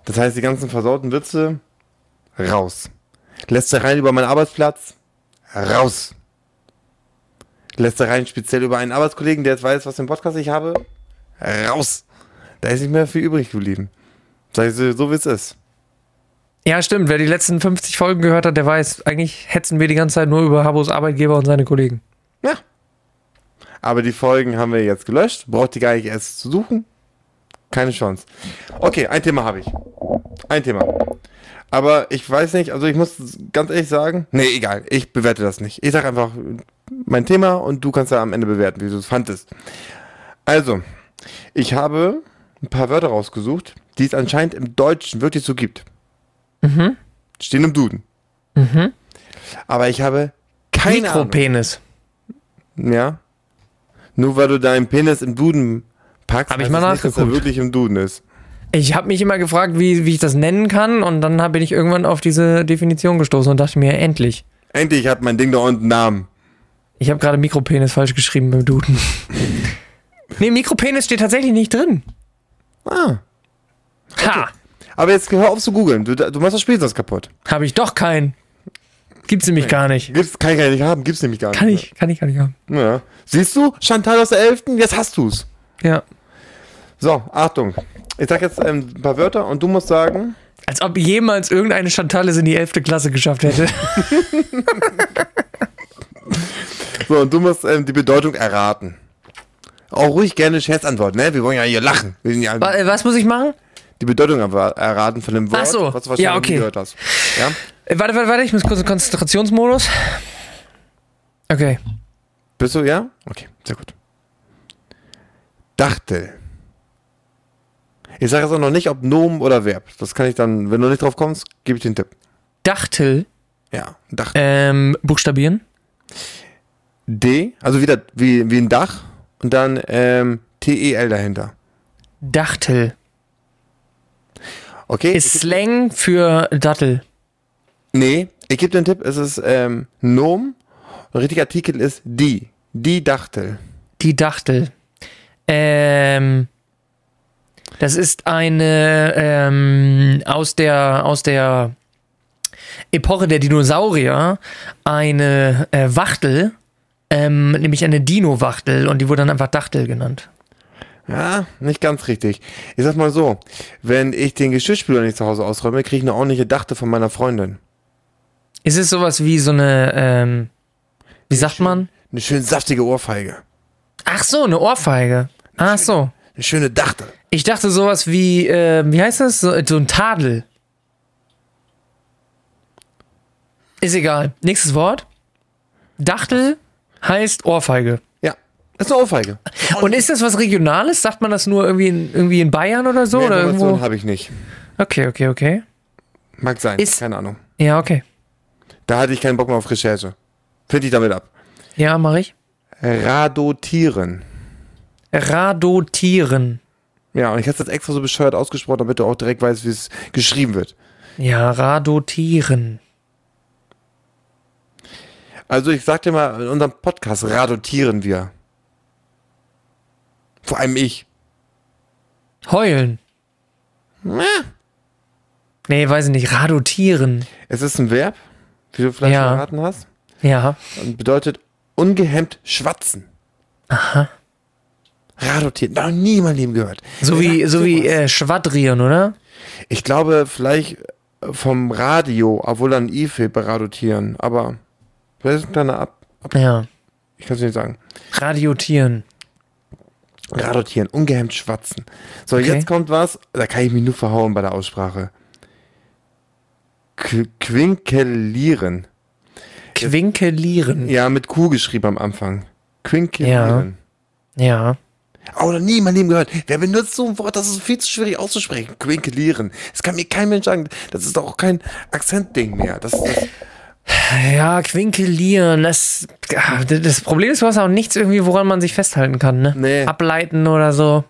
S2: Das heißt, die ganzen versauten Witze raus. Lästereien über meinen Arbeitsplatz raus. Lästereien speziell über einen Arbeitskollegen, der jetzt weiß, was für einen Podcast ich habe, raus. Da ist nicht mehr viel übrig geblieben. Sag ich so, so wie es ist.
S1: Ja, stimmt. Wer die letzten 50 Folgen gehört hat, der weiß, eigentlich hetzen wir die ganze Zeit nur über Habos Arbeitgeber und seine Kollegen.
S2: Ja. Aber die Folgen haben wir jetzt gelöscht. Braucht die gar nicht erst zu suchen. Keine Chance. Okay, ein Thema habe ich. Ein Thema. Aber ich weiß nicht, also ich muss ganz ehrlich sagen, nee, egal, ich bewerte das nicht. Ich sag einfach mein Thema und du kannst ja am Ende bewerten, wie du es fandest. Also, ich habe ein paar Wörter rausgesucht, die es anscheinend im Deutschen wirklich so gibt. Stehen im Duden. Aber ich habe keine Ahnung.
S1: Mikropenis.
S2: Ja. Nur weil du deinen Penis im Duden packst,
S1: Hab ich
S2: heißt
S1: mal
S2: das nicht, dass er
S1: nachgeguckt.
S2: wirklich im Duden ist.
S1: Ich habe mich immer gefragt, wie, wie ich das nennen kann und dann hab- bin ich irgendwann auf diese Definition gestoßen und dachte mir, endlich.
S2: Endlich hat mein Ding da unten einen Namen.
S1: Ich habe gerade Mikropenis falsch geschrieben beim (laughs) Duden. nee, Mikropenis steht tatsächlich nicht drin.
S2: Ah.
S1: Ha!
S2: Aber jetzt hör auf zu googeln. Du, du machst das Spiel sonst kaputt.
S1: Habe ich doch keinen. Gibt's nämlich gar nicht.
S2: Gibt's, kann ich gar nicht haben, gibt's nämlich gar nicht.
S1: Kann ich, kann ich gar nicht haben.
S2: Ja. Siehst du, Chantal aus der 11., jetzt hast du's.
S1: Ja.
S2: So, Achtung. Ich sag jetzt ähm, ein paar Wörter und du musst sagen,
S1: Als ob jemals irgendeine Chantal es in die 11. Klasse geschafft hätte.
S2: so, und du musst ähm, die Bedeutung erraten. Auch ruhig gerne Scherzantworten, ne? Wir wollen ja hier lachen. Wir sind
S1: (laughs)
S2: ja
S1: Wa- äh, Was muss ich machen?
S2: die Bedeutung erwa- erraten von dem Wort,
S1: Ach so.
S2: was
S1: Ja,
S2: du wahrscheinlich
S1: okay.
S2: nie gehört hast. Ja?
S1: Äh, Warte, warte, warte, ich muss kurz in Konzentrationsmodus. Okay.
S2: Bist du, ja? Okay, sehr gut. Dachtel. Ich sage jetzt auch noch nicht, ob Nomen oder Verb. Das kann ich dann, wenn du nicht drauf kommst, gebe ich den Tipp.
S1: Dachtel,
S2: Ja, Dachtel.
S1: ähm, buchstabieren.
S2: D, also wieder wie, wie ein Dach und dann ähm, T-E-L dahinter.
S1: Dachtel
S2: Okay?
S1: ist Slang für Dattel.
S2: nee, ich gebe dir einen Tipp, es ist ähm, Nomen. Und richtiger Artikel ist die. Die Dachtel.
S1: Die Dachtel. Ähm, das ist eine ähm, aus der aus der Epoche der Dinosaurier eine äh, Wachtel, ähm, nämlich eine Dino-Wachtel und die wurde dann einfach Dachtel genannt.
S2: Ja, nicht ganz richtig. Ich sag mal so, wenn ich den Geschirrspüler nicht zu Hause ausräume, kriege ich eine ordentliche Dachtel von meiner Freundin.
S1: Ist es sowas wie so eine, ähm, wie sagt man?
S2: Eine schön saftige Ohrfeige.
S1: Ach so, eine Ohrfeige. Ach so.
S2: Eine schöne Dachtel.
S1: Ich dachte sowas wie, ähm, wie heißt das? So, so ein Tadel. Ist egal. Nächstes Wort. Dachtel heißt Ohrfeige.
S2: Ja, ist eine Ohrfeige.
S1: Und ist das was Regionales? Sagt man das nur irgendwie in, irgendwie in Bayern oder so?
S2: Mehr
S1: oder
S2: Informationen
S1: irgendwo?
S2: habe ich nicht.
S1: Okay, okay, okay.
S2: Mag sein,
S1: Ist-
S2: keine Ahnung.
S1: Ja, okay.
S2: Da hatte ich keinen Bock mehr auf Recherche. Finde ich damit ab.
S1: Ja, mache ich.
S2: Radotieren.
S1: Radotieren.
S2: Ja, und ich habe das extra so bescheuert ausgesprochen, damit du auch direkt weißt, wie es geschrieben wird.
S1: Ja, radotieren.
S2: Also ich sag dir mal, in unserem Podcast radotieren wir. Vor allem ich.
S1: Heulen. Nee, weiß ich nicht. Radotieren.
S2: Es ist ein Verb, wie du vielleicht
S1: Ja.
S2: schon erraten hast.
S1: Ja.
S2: Und bedeutet ungehemmt schwatzen. Aha. Radotieren. Noch nie in meinem Leben gehört.
S1: So wie,
S2: Ja,
S1: so wie
S2: sowas.
S1: äh, schwadrieren, oder?
S2: Ich glaube, vielleicht äh, vom Radio, obwohl dann I fehlt bei Radotieren, aber vielleicht ist ein kleiner Ab. Ab
S1: Ja.
S2: ich kann es nicht sagen.
S1: Radiotieren.
S2: Radotieren, ungehemmt schwatzen. So, jetzt kommt was, da kann ich mich nur verhauen bei der Aussprache. Qu- Quinkelieren.
S1: Quinkelieren.
S2: Ja, mit Q geschrieben am Anfang. Quinkelieren.
S1: Ja.
S2: Oh, noch nie in meinem Leben gehört. Wer benutzt so ein Wort, das ist viel zu schwierig auszusprechen? Quinkelieren. Das kann mir kein Mensch sagen. Das ist doch auch kein Akzentding mehr. Das, das
S1: Ja, quinkelieren. Das, ah, d- das Problem ist, du hast auch nichts irgendwie, woran man sich festhalten kann, ne?
S2: Nee.
S1: Ableiten oder so.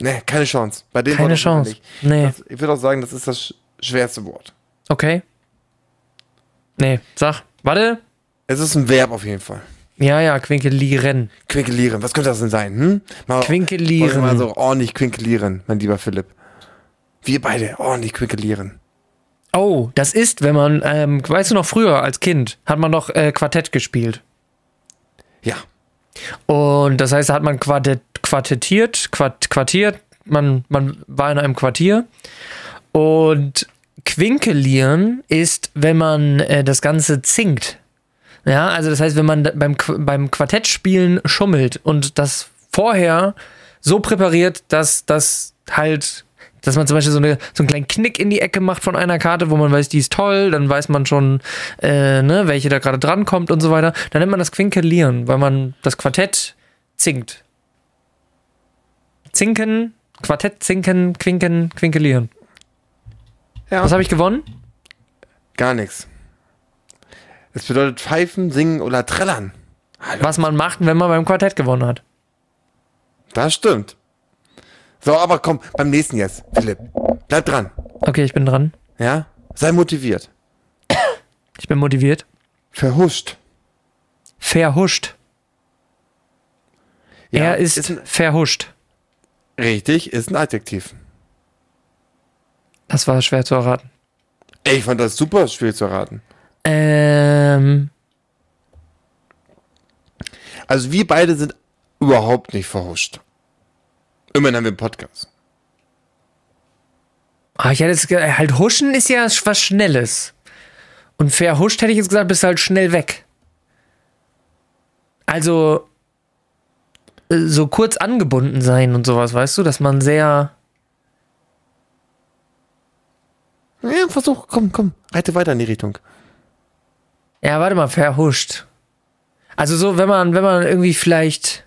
S2: Nee, ne, keine Chance. Bei dem
S1: Keine
S2: Wort auf jeden Fall
S1: Chance. Nee.
S2: nicht. Das, ich würde auch sagen, das ist das sch- schwerste Wort.
S1: Okay. Nee, sag. Warte.
S2: Es ist ein Verb auf jeden Fall.
S1: Ja, ja, quinkelieren.
S2: Quinkelieren. Was könnte das denn sein? Hm? Mal,
S1: Quinkelieren.
S2: wollen wir Mal so ordentlich quinkelieren, mein lieber Philipp. Wir beide ordentlich quinkelieren.
S1: Oh, das ist, wenn man, ähm, weißt du noch, früher als Kind hat man noch äh, Quartett gespielt.
S2: Ja.
S1: Und das heißt, da hat man quartet, quartettiert, quart, quartiert, man, man war in einem Quartier. Und quinkelieren ist, wenn man äh, das Ganze zinkt. Ja, also das heißt, wenn man da- beim, Qu- beim Quartettspielen schummelt und das vorher so präpariert, dass das halt, dass man zum Beispiel so, eine, so einen kleinen Knick in die Ecke macht von einer Karte, wo man weiß, die ist toll, dann weiß man schon, äh, ne, welche da gerade drankommt und so weiter. Dann nennt man das Quinkelieren, weil man das Quartett zinkt. Zinken, Quartett, Zinken, Quinken, Quinkelieren.
S2: Ja.
S1: Was habe ich gewonnen?
S2: Gar nichts. Es bedeutet pfeifen, singen oder trällern.
S1: Was man macht, wenn man beim Quartett gewonnen hat.
S2: Das stimmt. So, aber komm, beim nächsten jetzt, Philipp. Bleib dran.
S1: Okay, ich bin dran.
S2: Ja? Sei motiviert.
S1: Ich bin motiviert.
S2: Verhuscht.
S1: Verhuscht.
S2: Ja,
S1: er ist,
S2: ist ein-
S1: verhuscht.
S2: Richtig, ist ein Adjektiv.
S1: Das war schwer zu erraten.
S2: Ey, ich fand das super schwer zu erraten.
S1: Ähm,
S2: Also wir beide sind überhaupt nicht verhuscht. Immerhin haben wir einen Podcast.
S1: ah, ich hätte jetzt ge- halt huschen ist ja sch- was Schnelles. Und verhuscht hätte ich jetzt gesagt, bist du halt schnell weg. Also äh, so kurz angebunden sein und sowas, weißt du, dass man sehr
S2: Ja, versuch, komm, komm, reite weiter in die Richtung.
S1: Ja, warte mal, verhuscht. Also so, wenn man, wenn man irgendwie vielleicht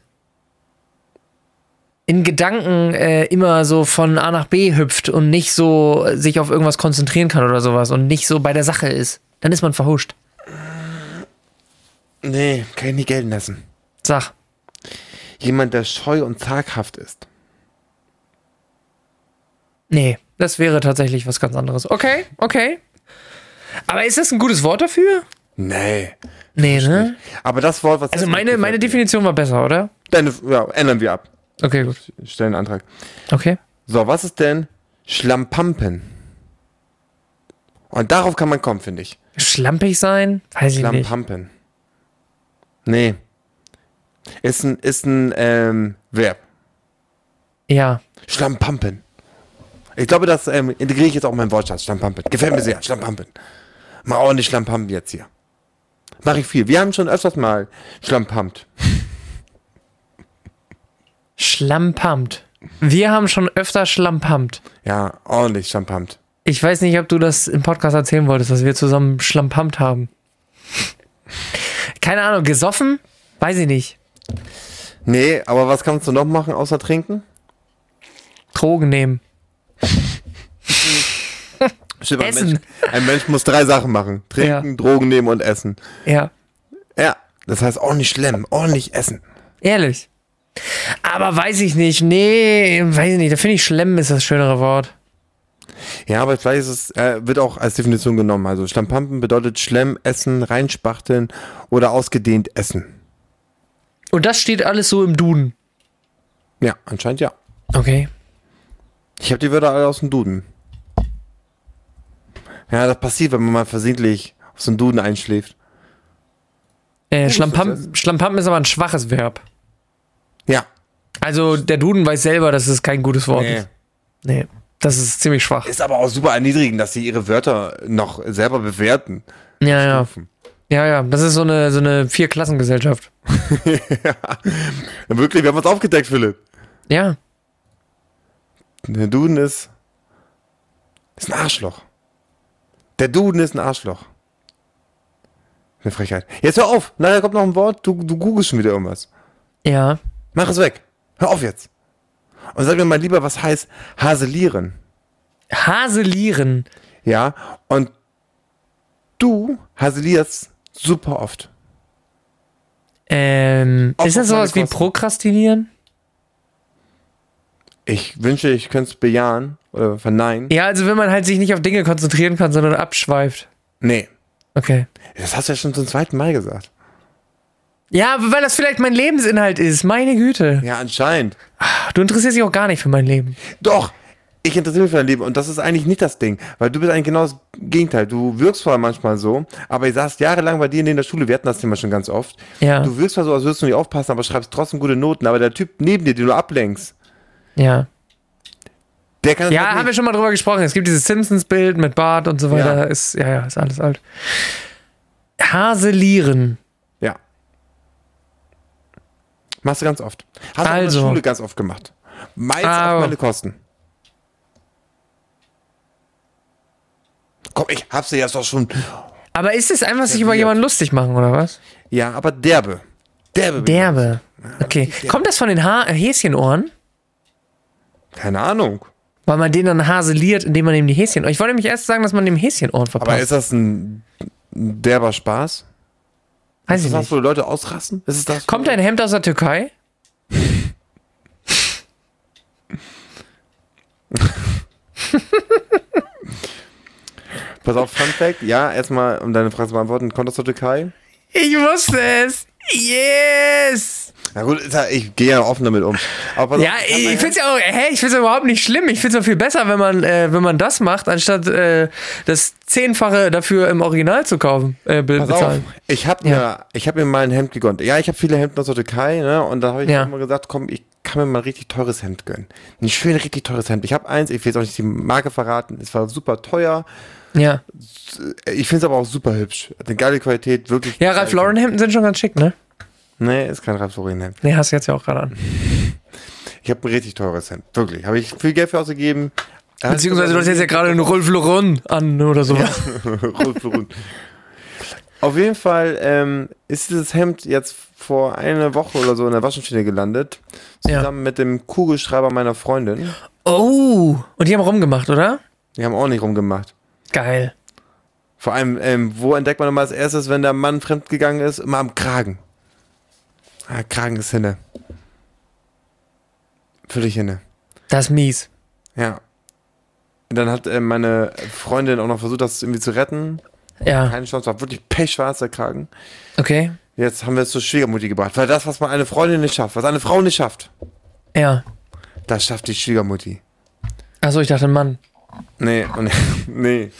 S1: in Gedanken äh, immer so von A nach B hüpft und nicht so äh, sich auf irgendwas konzentrieren kann oder sowas und nicht so bei der Sache ist, dann ist man verhuscht.
S2: Nee, kann ich nicht gelten lassen.
S1: Sag,
S2: Jemand, der scheu und zaghaft ist.
S1: nee, das wäre tatsächlich was ganz anderes. Okay, okay. Aber ist das ein gutes Wort dafür?
S2: Nee.
S1: Nee, ne?
S2: Aber das Wort, was...
S1: Also meine, meine Definition war besser, oder?
S2: Deine, ja, ändern wir ab.
S1: Okay, gut.
S2: Stellen einen Antrag.
S1: Okay.
S2: So, was ist denn Schlampampen? Und darauf kann man kommen, finde ich.
S1: Schlampig sein? Weiß ich nicht.
S2: Schlampampen. Nee. Ist ein, ist ein ähm, Verb.
S1: Ja.
S2: Schlammpampen. Ich glaube, das ähm, integriere ich jetzt auch in meinen Wortschatz. Schlammpampen. Gefällt mir sehr. Schlammpampen. Mal ordentlich Schlammpampen jetzt hier. Mache ich viel. Wir haben schon öfters mal Schlammpampt.
S1: Schlammpammt. Wir haben schon öfter Schlammpammt.
S2: Ja, ordentlich Schlammpampt.
S1: Ich weiß nicht, ob du das im Podcast erzählen wolltest, dass wir zusammen Schlammpammt haben. Keine Ahnung, gesoffen? Weiß ich nicht.
S2: Nee, aber was kannst du noch machen außer trinken?
S1: Drogen nehmen.
S2: Stimmt, ein
S1: Essen.
S2: Mensch, ein Mensch muss drei Sachen machen. Trinken, Drogen nehmen und essen.
S1: Ja,
S2: Ja, das heißt ordentlich schlemmen, ordentlich essen.
S1: ehrlich. Aber weiß ich nicht. Nee, weiß ich nicht. Da finde ich Schlemmen ist das schönere Wort.
S2: Ja, aber vielleicht ist es, äh, wird auch als Definition genommen. Also Schlammpampen bedeutet Schlemm, Essen, reinspachteln oder ausgedehnt essen.
S1: Und das steht alles so im Duden.
S2: Ja, anscheinend ja.
S1: Okay.
S2: Ich habe die Wörter alle aus dem Duden. Ja, das passiert, wenn man mal versehentlich auf so einen Duden einschläft.
S1: Äh,
S2: ist
S1: Schlammpampen, Schlammpampen ist aber ein schwaches Verb.
S2: Ja.
S1: Also der Duden weiß selber, dass es kein gutes Wort
S2: Nee.
S1: ist. Nee, das ist ziemlich schwach.
S2: Ist aber auch super erniedrigend, dass sie ihre Wörter noch selber bewerten.
S1: Ja, ja.
S2: Stufen.
S1: Ja, ja, das ist so eine, so eine Vier-Klassengesellschaft.
S2: Wirklich, wir haben uns aufgedeckt, Philipp.
S1: Ja,
S2: Der Duden ist. ist ein Arschloch. Der Duden ist ein Arschloch. Eine Frechheit. Jetzt hör auf! Nachher kommt noch ein Wort, du, du googelst schon wieder irgendwas.
S1: ja.
S2: Mach es weg. Hör auf jetzt. Und sag mir mal lieber, was heißt haselieren.
S1: Haselieren.
S2: Ja, und du hasselierst super oft.
S1: Ähm,
S2: Auf-
S1: ist das
S2: auf meine
S1: sowas wie
S2: Kosten.
S1: Prokrastinieren?
S2: Ich wünsche, ich könnte es bejahen oder verneinen.
S1: Ja, also wenn man halt sich nicht auf Dinge konzentrieren kann, sondern abschweift.
S2: Nee.
S1: Okay.
S2: Das hast du ja schon zum zweiten Mal gesagt.
S1: Ja, aber weil das vielleicht mein Lebensinhalt ist. Meine Güte.
S2: Ja, anscheinend.
S1: Ach, Du interessierst dich auch gar nicht für mein Leben.
S2: Doch, ich interessiere mich für dein Leben und das ist eigentlich nicht das Ding, weil du bist eigentlich genau das Gegenteil. Du wirkst zwar manchmal so, aber ich saß jahrelang bei dir in der Schule, wir hatten das Thema schon ganz oft.
S1: Ja.
S2: Du wirkst zwar so, als würdest du nicht aufpassen, aber schreibst trotzdem gute Noten, aber der Typ neben dir, den du ablenkst,
S1: Ja.
S2: der kann das
S1: Ja,
S2: halt
S1: haben wir
S2: nicht.
S1: schon mal drüber gesprochen. Es gibt dieses Simpsons-Bild mit Bart und so weiter.
S2: Ja.
S1: Ist, ja, ja, ist alles alt. Haselieren.
S2: Ja. Machst du ganz oft. Hast du in
S1: Also.
S2: der Schule ganz oft gemacht. Meist
S1: Au.
S2: auf meine Kosten. Komm, ich hab's dir jetzt doch schon.
S1: Aber ist es einfach sich
S2: Ja,
S1: über
S2: weird.
S1: jemanden lustig machen, oder was?
S2: Ja, aber derbe. Derbe.
S1: Derbe. Okay. Kommt das von den ha äh, Häschenohren?
S2: Keine Ahnung.
S1: Weil man den dann haseliert, indem man ihm die Häschen. Ich wollte nämlich erst sagen, dass man dem Häschenohren
S2: Aber
S1: verpasst.
S2: ist das ein derber Spaß?
S1: Weiß
S2: Ist
S1: ich
S2: das das,
S1: nicht.
S2: wo Leute ausrasten? Ist es das? wo-
S1: Kommt dein Hemd aus der Türkei?
S2: Pass auf, Fun Fact. Ja, erstmal, um deine Frage zu beantworten, kommt aus der Türkei?
S1: Ich wusste es. Yes!
S2: Na gut, ist ja- ich gehe ja offen damit um. Aber pass
S1: Ja,
S2: auf,
S1: ich, ich find's ja auch, hä, ich find's ja überhaupt nicht schlimm. Ich find's ja viel besser, wenn man, äh, wenn man das macht, anstatt äh, das Zehnfache dafür im Original zu kaufen, äh, be
S2: Pass auf,
S1: bezahlen.
S2: ich habe mir, ich hab mir mal ein Hemd gegönnt. Ja, ich habe viele Hemden aus der Türkei, ne? Und da habe ich
S1: Ja.
S2: immer gesagt, komm, ich kann mir mal ein richtig teures Hemd gönnen. Ein schön richtig teures Hemd. Ich habe eins, ich will jetzt auch nicht die Marke verraten. Es war super teuer.
S1: Ja.
S2: Ich finde es aber auch super hübsch. Hat eine geile Qualität, wirklich.
S1: Ja, Ralph Lauren Hemden sind schon ganz schick, ne?
S2: Nee, ist kein Ralph Lauren Hemd.
S1: Ne, hast du jetzt ja auch gerade an.
S2: Ich habe ein richtig teures Hemd. Wirklich. Habe ich viel Geld für ausgegeben.
S1: Beziehungsweise du hast jetzt ja gerade einen Rolf Lauren an oder sowas.
S2: (laughs) Rot für rot. Auf jeden Fall ähm, ist dieses Hemd jetzt vor einer Woche oder so in der Waschmaschine gelandet.
S1: Ja.
S2: Zusammen mit dem Kugelschreiber meiner Freundin.
S1: Oh, und die haben rumgemacht, oder?
S2: Die haben auch nicht rumgemacht.
S1: Geil.
S2: Vor allem, ähm, wo entdeckt man immer als erstes, wenn der Mann fremdgegangen ist? Immer am Kragen. Ah, Kragen ist hinne. Völlig hinne.
S1: Das ist mies.
S2: Ja. Und Dann hat äh, meine Freundin auch noch versucht, das irgendwie zu retten.
S1: Ja,
S2: Keine Chance, war wirklich pechschwarzer Kragen.
S1: okay.
S2: Jetzt haben wir es zur Schwiegermutti gebracht. Weil das, was man eine Freundin nicht schafft, was eine Frau nicht schafft,
S1: Ja.
S2: das schafft die Schwiegermutti.
S1: Achso, ich dachte, Mann.
S2: Nee, und, (laughs) nee.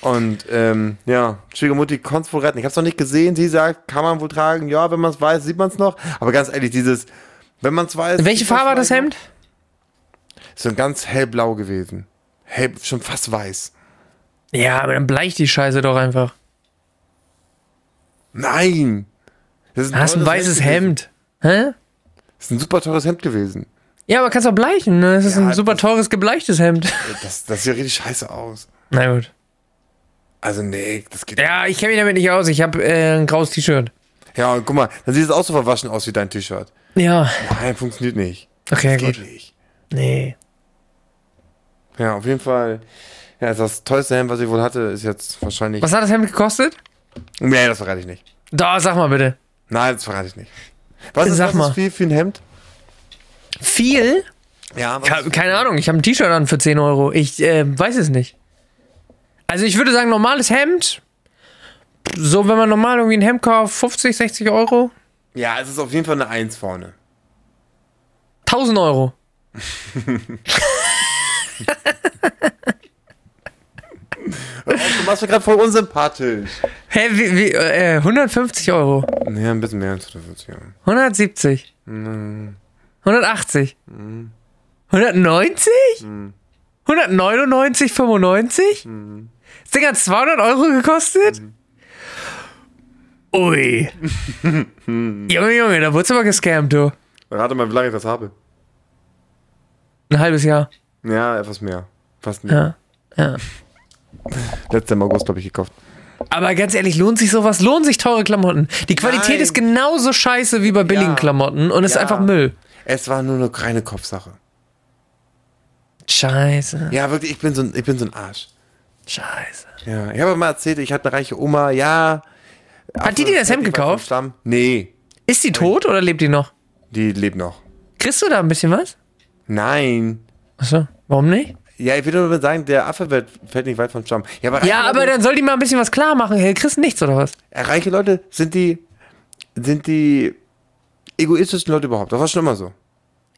S2: Und ähm, ja, Schwiegermutti konnte es wohl retten. Ich habe es noch nicht gesehen. Sie sagt, kann man wohl tragen. Ja, wenn man es weiß, sieht man es noch. Aber ganz ehrlich, dieses, wenn man es weiß.
S1: Welche
S2: sieht man's
S1: Farbe hat das
S2: noch.
S1: Hemd?
S2: Ist so ein ganz hellblau gewesen. Hell, schon fast weiß.
S1: Ja, aber dann bleicht die Scheiße doch einfach.
S2: Nein! Das ist
S1: Hast Ah, ein
S2: teures
S1: weißes
S2: gewesen.
S1: Hemd. Hä?
S2: Das ist ein super teures Hemd gewesen.
S1: Ja, aber kannst auch bleichen, ne? Es ist
S2: Ja,
S1: ein super
S2: das-
S1: teures gebleichtes Hemd.
S2: Das, das sieht richtig scheiße aus.
S1: (laughs) Na gut.
S2: Also nee, das geht
S1: Ja, ich kenne mich damit nicht aus. Ich habe äh, ein graues T-Shirt.
S2: Ja, und guck mal, dann sieht es auch so verwaschen aus wie dein T-Shirt.
S1: Ja.
S2: Nein, funktioniert nicht.
S1: Okay,
S2: Geht
S1: gut.
S2: nicht.
S1: Nee.
S2: Ja, auf jeden Fall. Ja, das teuerste Hemd, was ich wohl hatte, ist jetzt wahrscheinlich.
S1: Was hat das Hemd gekostet?
S2: Nee, das verrate ich nicht.
S1: Da, sag mal bitte.
S2: Nein, das verrate ich nicht. Was ist,
S1: Sag
S2: was
S1: mal.
S2: ist viel für ein Hemd?
S1: Viel?
S2: Ja, was
S1: Ke
S2: ist-
S1: keine Ahnung, ich habe ein T-Shirt an für 10 Euro. Ich äh, weiß es nicht. Also ich würde sagen, normales Hemd. So, wenn man normal irgendwie ein Hemd kauft, 50, 60 Euro.
S2: Ja, es ist auf jeden Fall eine Eins vorne.
S1: 1000 Euro.
S2: Hör auf, Du machst mir gerade voll unsympathisch.
S1: Hä, wie, wie, äh, 150 Euro.
S2: Nee, ein bisschen mehr als 140 Euro.
S1: 170.
S2: Hm.
S1: 180. 190?
S2: Hm.
S1: 199, 95? Das Ding hat 200 Euro gekostet?
S2: Hm. (laughs)
S1: Ui. Junge, Junge, da wurdest du aber gescammt, du.
S2: Rate mal, wie lange ich das habe.
S1: Ein halbes Jahr.
S2: Ja, etwas mehr. Fast mehr.
S1: Ja. ja.
S2: Letztes Jahr im August habe ich gekauft.
S1: Aber ganz ehrlich, lohnt sich sowas? Lohnen sich teure Klamotten? Die Qualität
S2: Nein.
S1: ist genauso scheiße wie bei billigen
S2: Ja.
S1: Klamotten und ist
S2: Ja.
S1: einfach Müll.
S2: Es war nur eine kleine Kopfsache.
S1: Scheiße.
S2: Ja, wirklich, ich bin so ein, ich bin so ein Arsch.
S1: Scheiße.
S2: Ja, ich habe mal erzählt, ich hatte eine reiche Oma, ja.
S1: Hat die dir das Hemd
S2: Die war vom
S1: gekauft?
S2: Stamm. Nee,
S1: Ist die tot oder lebt die noch?
S2: die lebt noch.
S1: Kriegst du da ein bisschen was?
S2: Nein.
S1: Achso, warum nicht?
S2: Ja, ich würde nur sagen, der Affe wird, fällt nicht weit vom Stamm. Ja, aber,
S1: Ja, aber
S2: reiche,
S1: dann soll die mal ein bisschen was klar machen. Hey, kriegst du nichts oder was?
S2: Leute, reiche Leute sind die, sind die egoistischsten Leute überhaupt. Das war schon immer so.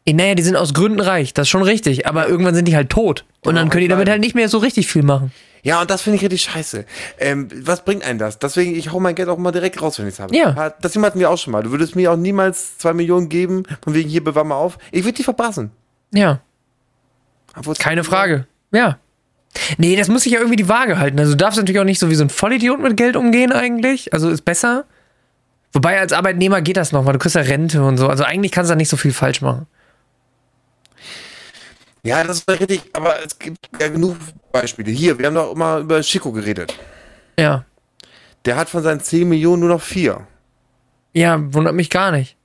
S1: Ey, naja, die sind aus Gründen reich, das ist schon richtig. Aber irgendwann sind die halt tot. Und dann können die damit halt nicht mehr so richtig viel machen.
S2: Ja, und das finde ich richtig scheiße. Ähm, was bringt einen das? Deswegen, ich hau mein Geld auch mal direkt raus, wenn ich es habe.
S1: Ja.
S2: Ha- Das Thema hatten wir auch schon mal. Du würdest mir auch niemals zwei Millionen geben, von wegen hier bewahr mal auf. Ich würde die verpassen.
S1: Ja,
S2: Obwohl's-
S1: keine Frage. Ja. Nee, das muss sich ja irgendwie die Waage halten. Also du darfst natürlich auch nicht so wie so ein Vollidiot mit Geld umgehen eigentlich. Also ist besser. Wobei als Arbeitnehmer geht das noch, weil du kriegst ja Rente und so. Also eigentlich kannst du da nicht so viel falsch machen.
S2: Ja, das ist richtig, aber es gibt ja genug Beispiele. Hier, wir haben doch immer über Chico geredet.
S1: Ja.
S2: Der hat von seinen 10 Millionen nur noch 4.
S1: Ja, wundert mich gar nicht.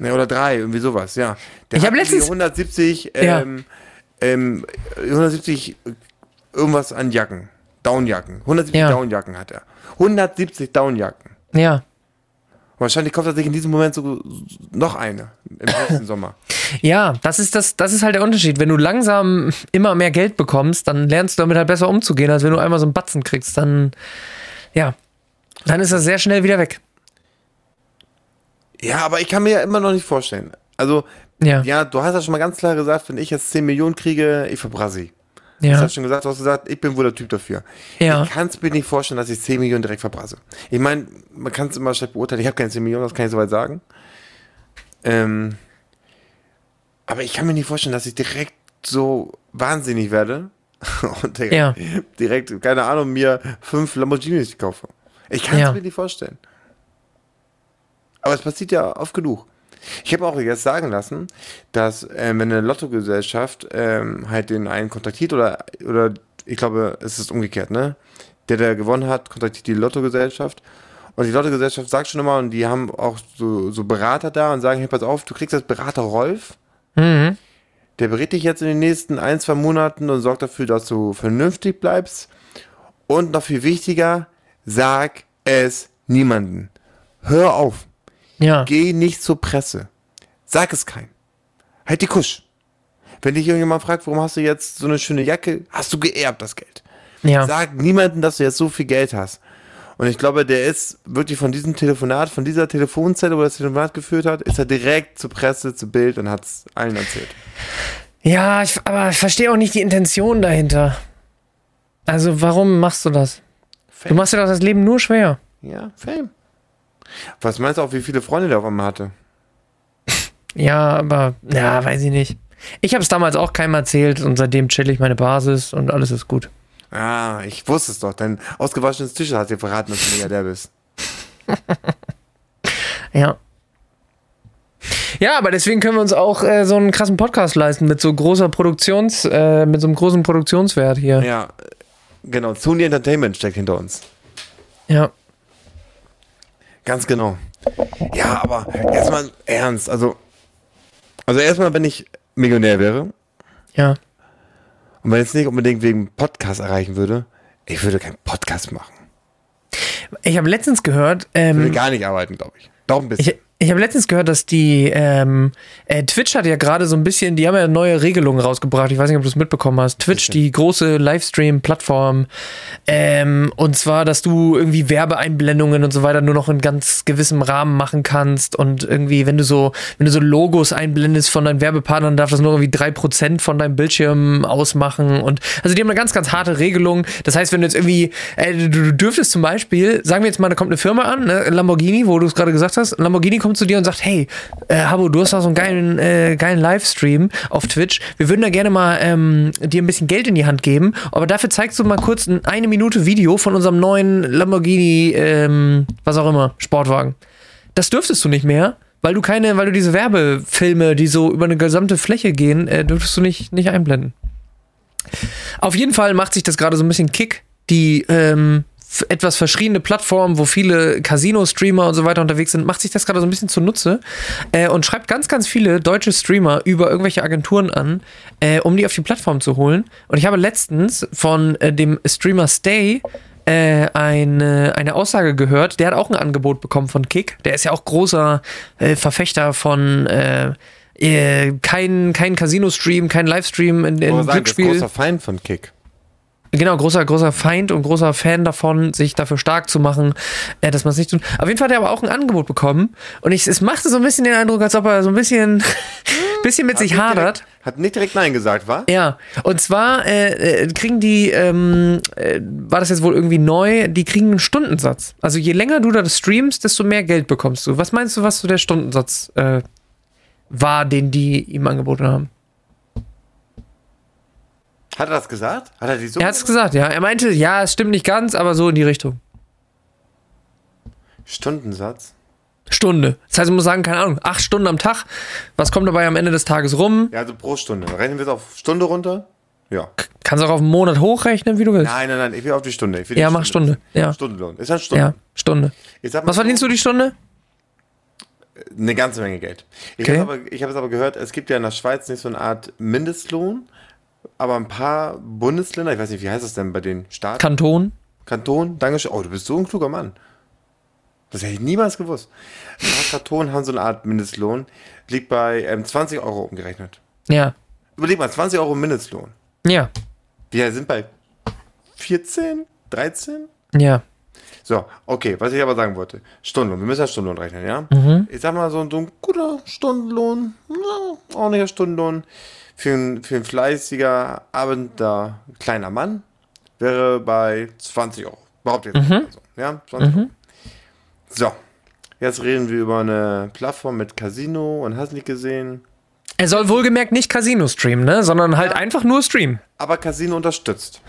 S2: Ne, oder 3, irgendwie sowas, ja. Der
S1: Ich
S2: hat
S1: hab
S2: irgendwie
S1: letztens-
S2: 170, ähm, ähm, 170 irgendwas an Jacken. Downjacken. 170
S1: Ja.
S2: Downjacken hat er. 170 Downjacken.
S1: Ja.
S2: Wahrscheinlich kauft er sich in diesem Moment so noch eine im
S1: (laughs)
S2: nächsten Sommer.
S1: Ja, das ist, das, das ist halt der Unterschied. Wenn du langsam immer mehr Geld bekommst, dann lernst du damit halt besser umzugehen, als wenn du einmal so einen Batzen kriegst. Dann, ja, dann ist das sehr schnell wieder weg.
S2: Ja, aber ich kann mir ja immer noch nicht vorstellen. Also,
S1: Ja, ja.
S2: ja, du hast ja schon mal ganz klar gesagt, wenn ich jetzt 10 Millionen kriege, ich verbrasse sie. Das hast du schon gesagt, du hast gesagt, ich bin wohl der Typ dafür.
S1: Ja.
S2: Ich kann es mir nicht vorstellen, dass ich 10 Millionen direkt verbrasse. Ich meine, man kann es immer schlecht beurteilen. Ich habe keine 10 Millionen, das kann ich soweit sagen. Ähm, aber ich kann mir nicht vorstellen, dass ich direkt so wahnsinnig werde (laughs) und direkt,
S1: Ja.
S2: direkt keine Ahnung, mir fünf Lamborghinis kaufe. Ich kann es
S1: Ja.
S2: mir nicht vorstellen. Aber es passiert ja oft genug. Ich habe auch jetzt sagen lassen, dass ähm, wenn eine Lottogesellschaft ähm, halt den einen kontaktiert oder, oder ich glaube, es ist umgekehrt, ne? Der, der gewonnen hat, kontaktiert die Lottogesellschaft. Und die Lottogesellschaft sagt schon immer, und die haben auch so, so Berater da und sagen, hey, pass auf, du kriegst das Berater Rolf.
S1: Mhm.
S2: Der berät dich jetzt in den nächsten ein, zwei Monaten und sorgt dafür, dass du vernünftig bleibst. Und noch viel wichtiger, sag es niemanden. Hör auf.
S1: ja.
S2: Geh nicht zur Presse. Sag es keinem. Halt die Kusch. Wenn dich irgendjemand fragt, warum hast du jetzt so eine schöne Jacke, hast du geerbt das Geld.
S1: ja.
S2: Sag niemandem, dass du jetzt so viel Geld hast. Und ich glaube, der ist wirklich von diesem Telefonat, von dieser Telefonzelle, wo er das Telefonat geführt hat, ist er direkt zur Presse, zu Bild und hat es allen erzählt.
S1: ja ich, aber ich verstehe auch nicht die Intention dahinter. Also, warum machst du das? Du machst dir doch das Leben nur schwer.
S2: Ja, Fame. Was meinst du auch, wie viele Freunde der auf einmal hatte?
S1: Ja, aber, ja, weiß ich nicht. Ich habe es damals auch keinem erzählt und seitdem chill ich meine Basis und alles ist gut.
S2: Ah, ich wusste es doch. Dein ausgewaschenes T-Shirt hat dir verraten, dass du Milliardär bist.
S1: Ja. Ja, aber deswegen können wir uns auch äh, so einen krassen Podcast leisten mit so großer Produktions, äh, mit so einem großen Produktionswert hier.
S2: Ja, genau. Sony Entertainment steckt hinter uns.
S1: Ja.
S2: Ganz genau. Ja, aber erstmal ernst. Also, also erstmal, wenn ich Millionär wäre
S1: Ja.
S2: und wenn ich es nicht unbedingt wegen Podcast erreichen würde, ich würde keinen Podcast machen.
S1: Ich habe letztens gehört,
S2: Ich würde
S1: ähm,
S2: gar nicht arbeiten, glaube ich. Doch ein bisschen.
S1: ich, ich habe letztens gehört, dass die ähm, äh, Twitch hat ja gerade so ein bisschen, die haben ja neue Regelungen rausgebracht. Ich weiß nicht, ob du es mitbekommen hast. Twitch, die große Livestream-Plattform. Ähm, und zwar, dass du irgendwie Werbeeinblendungen und so weiter nur noch in ganz gewissem Rahmen machen kannst. Und irgendwie, wenn du so, wenn du so Logos einblendest von deinen Werbepartnern, darf das nur irgendwie 3% von deinem Bildschirm ausmachen. Und also die haben eine ganz, ganz harte Regelung. Das heißt, wenn du jetzt irgendwie, äh, du, du dürftest zum Beispiel, sagen wir jetzt mal, da kommt eine Firma an, ne, Lamborghini, wo du es gerade gesagt hast, Lamborghini kommt zu dir und sagt, hey, äh, Habo, du hast da so einen geilen, äh, geilen Livestream auf Twitch. Wir würden da gerne mal ähm, dir ein bisschen Geld in die Hand geben, aber dafür zeigst du mal kurz ein eine Minute Video von unserem neuen Lamborghini, ähm, was auch immer, Sportwagen. Das dürftest du nicht mehr, weil du keine, weil du diese Werbefilme, die so über eine gesamte Fläche gehen, äh, dürftest du nicht, nicht einblenden. Auf jeden Fall macht sich das gerade so ein bisschen Kick, die ähm, f- etwas verschriene Plattform, wo viele Casino-Streamer und so weiter unterwegs sind, macht sich das gerade so ein bisschen zunutze äh, und schreibt ganz, ganz viele deutsche Streamer über irgendwelche Agenturen an, äh, um die auf die Plattform zu holen. Und ich habe letztens von äh, dem Streamer Stay äh, eine, eine Aussage gehört. Der hat auch ein Angebot bekommen von Kick. Der ist ja auch großer äh, Verfechter von äh, äh, kein, kein Casino-Stream, kein Livestream in, in
S2: Muss man sagen, das ist ein
S1: Glücksspiel.
S2: großer Feind von Kick.
S1: Genau, großer, großer Feind und großer Fan davon, sich dafür stark zu machen, äh, dass man es nicht tut. Auf jeden Fall hat er aber auch ein Angebot bekommen. Und ich, es machte so ein bisschen den Eindruck, als ob er so ein bisschen, (laughs) bisschen mit sich
S2: nicht
S1: hadert.
S2: Direkt, hat nicht direkt Nein gesagt, war?
S1: Ja, und zwar äh, äh, kriegen die, ähm, äh, war das jetzt wohl irgendwie neu, die kriegen einen Stundensatz. Also je länger du das streamst, desto mehr Geld bekommst du. Was meinst du, was so der Stundensatz äh, war, den die ihm angeboten haben?
S2: Hat er das gesagt? Hat er die so
S1: Er hat's gesagt, ja. Er meinte, ja, es stimmt nicht ganz, aber so in die Richtung.
S2: Stundensatz?
S1: Stunde. Das heißt, ich muss sagen, keine Ahnung, acht Stunden am Tag. Was kommt dabei am Ende des Tages rum?
S2: Ja, also pro Stunde. Rechnen wir es auf Stunde runter? Ja.
S1: Kannst auch auf einen Monat hochrechnen, wie du willst.
S2: Nein, nein, nein, ich will auf die Stunde. Ich will
S1: Ja,
S2: die
S1: mach Stunde, ja.
S2: Stundenlohn. Ist halt Stunde.
S1: ja, Stunde.
S2: Ich sag mal
S1: Was
S2: so,
S1: verdienst du die Stunde?
S2: Eine ganze Menge Geld. Ich
S1: Okay.
S2: habe aber, ich hab es aber gehört, es gibt ja in der Schweiz nicht so eine Art Mindestlohn, aber ein paar Bundesländer, ich weiß nicht, wie heißt das denn bei den Staaten?
S1: Kanton?
S2: Kanton, Dankeschön. Oh, du bist so ein kluger Mann. Das hätte ich niemals gewusst. Ein paar Kantonen haben so eine Art Mindestlohn, liegt bei ähm, 20 Euro umgerechnet.
S1: Ja.
S2: Überleg mal, 20 Euro Mindestlohn.
S1: Ja.
S2: Wir sind bei 14, 13?
S1: Ja.
S2: So, okay, was ich aber sagen wollte. Stundenlohn, wir müssen ja Stundenlohn rechnen, ja?
S1: Mhm.
S2: Ich sag mal, so, so ein guter Stundenlohn, ja, ordentlicher Stundenlohn für ein, für ein fleißiger, arbeitender, kleiner Mann wäre bei 20 Euro. Behauptet jetzt
S1: Mhm.
S2: mal so, ja? 20 Euro. So, jetzt reden wir über eine Plattform mit Casino und hast nicht gesehen.
S1: Er soll wohlgemerkt nicht Casino streamen, ne? sondern halt einfach nur streamen.
S2: Aber Casino unterstützt.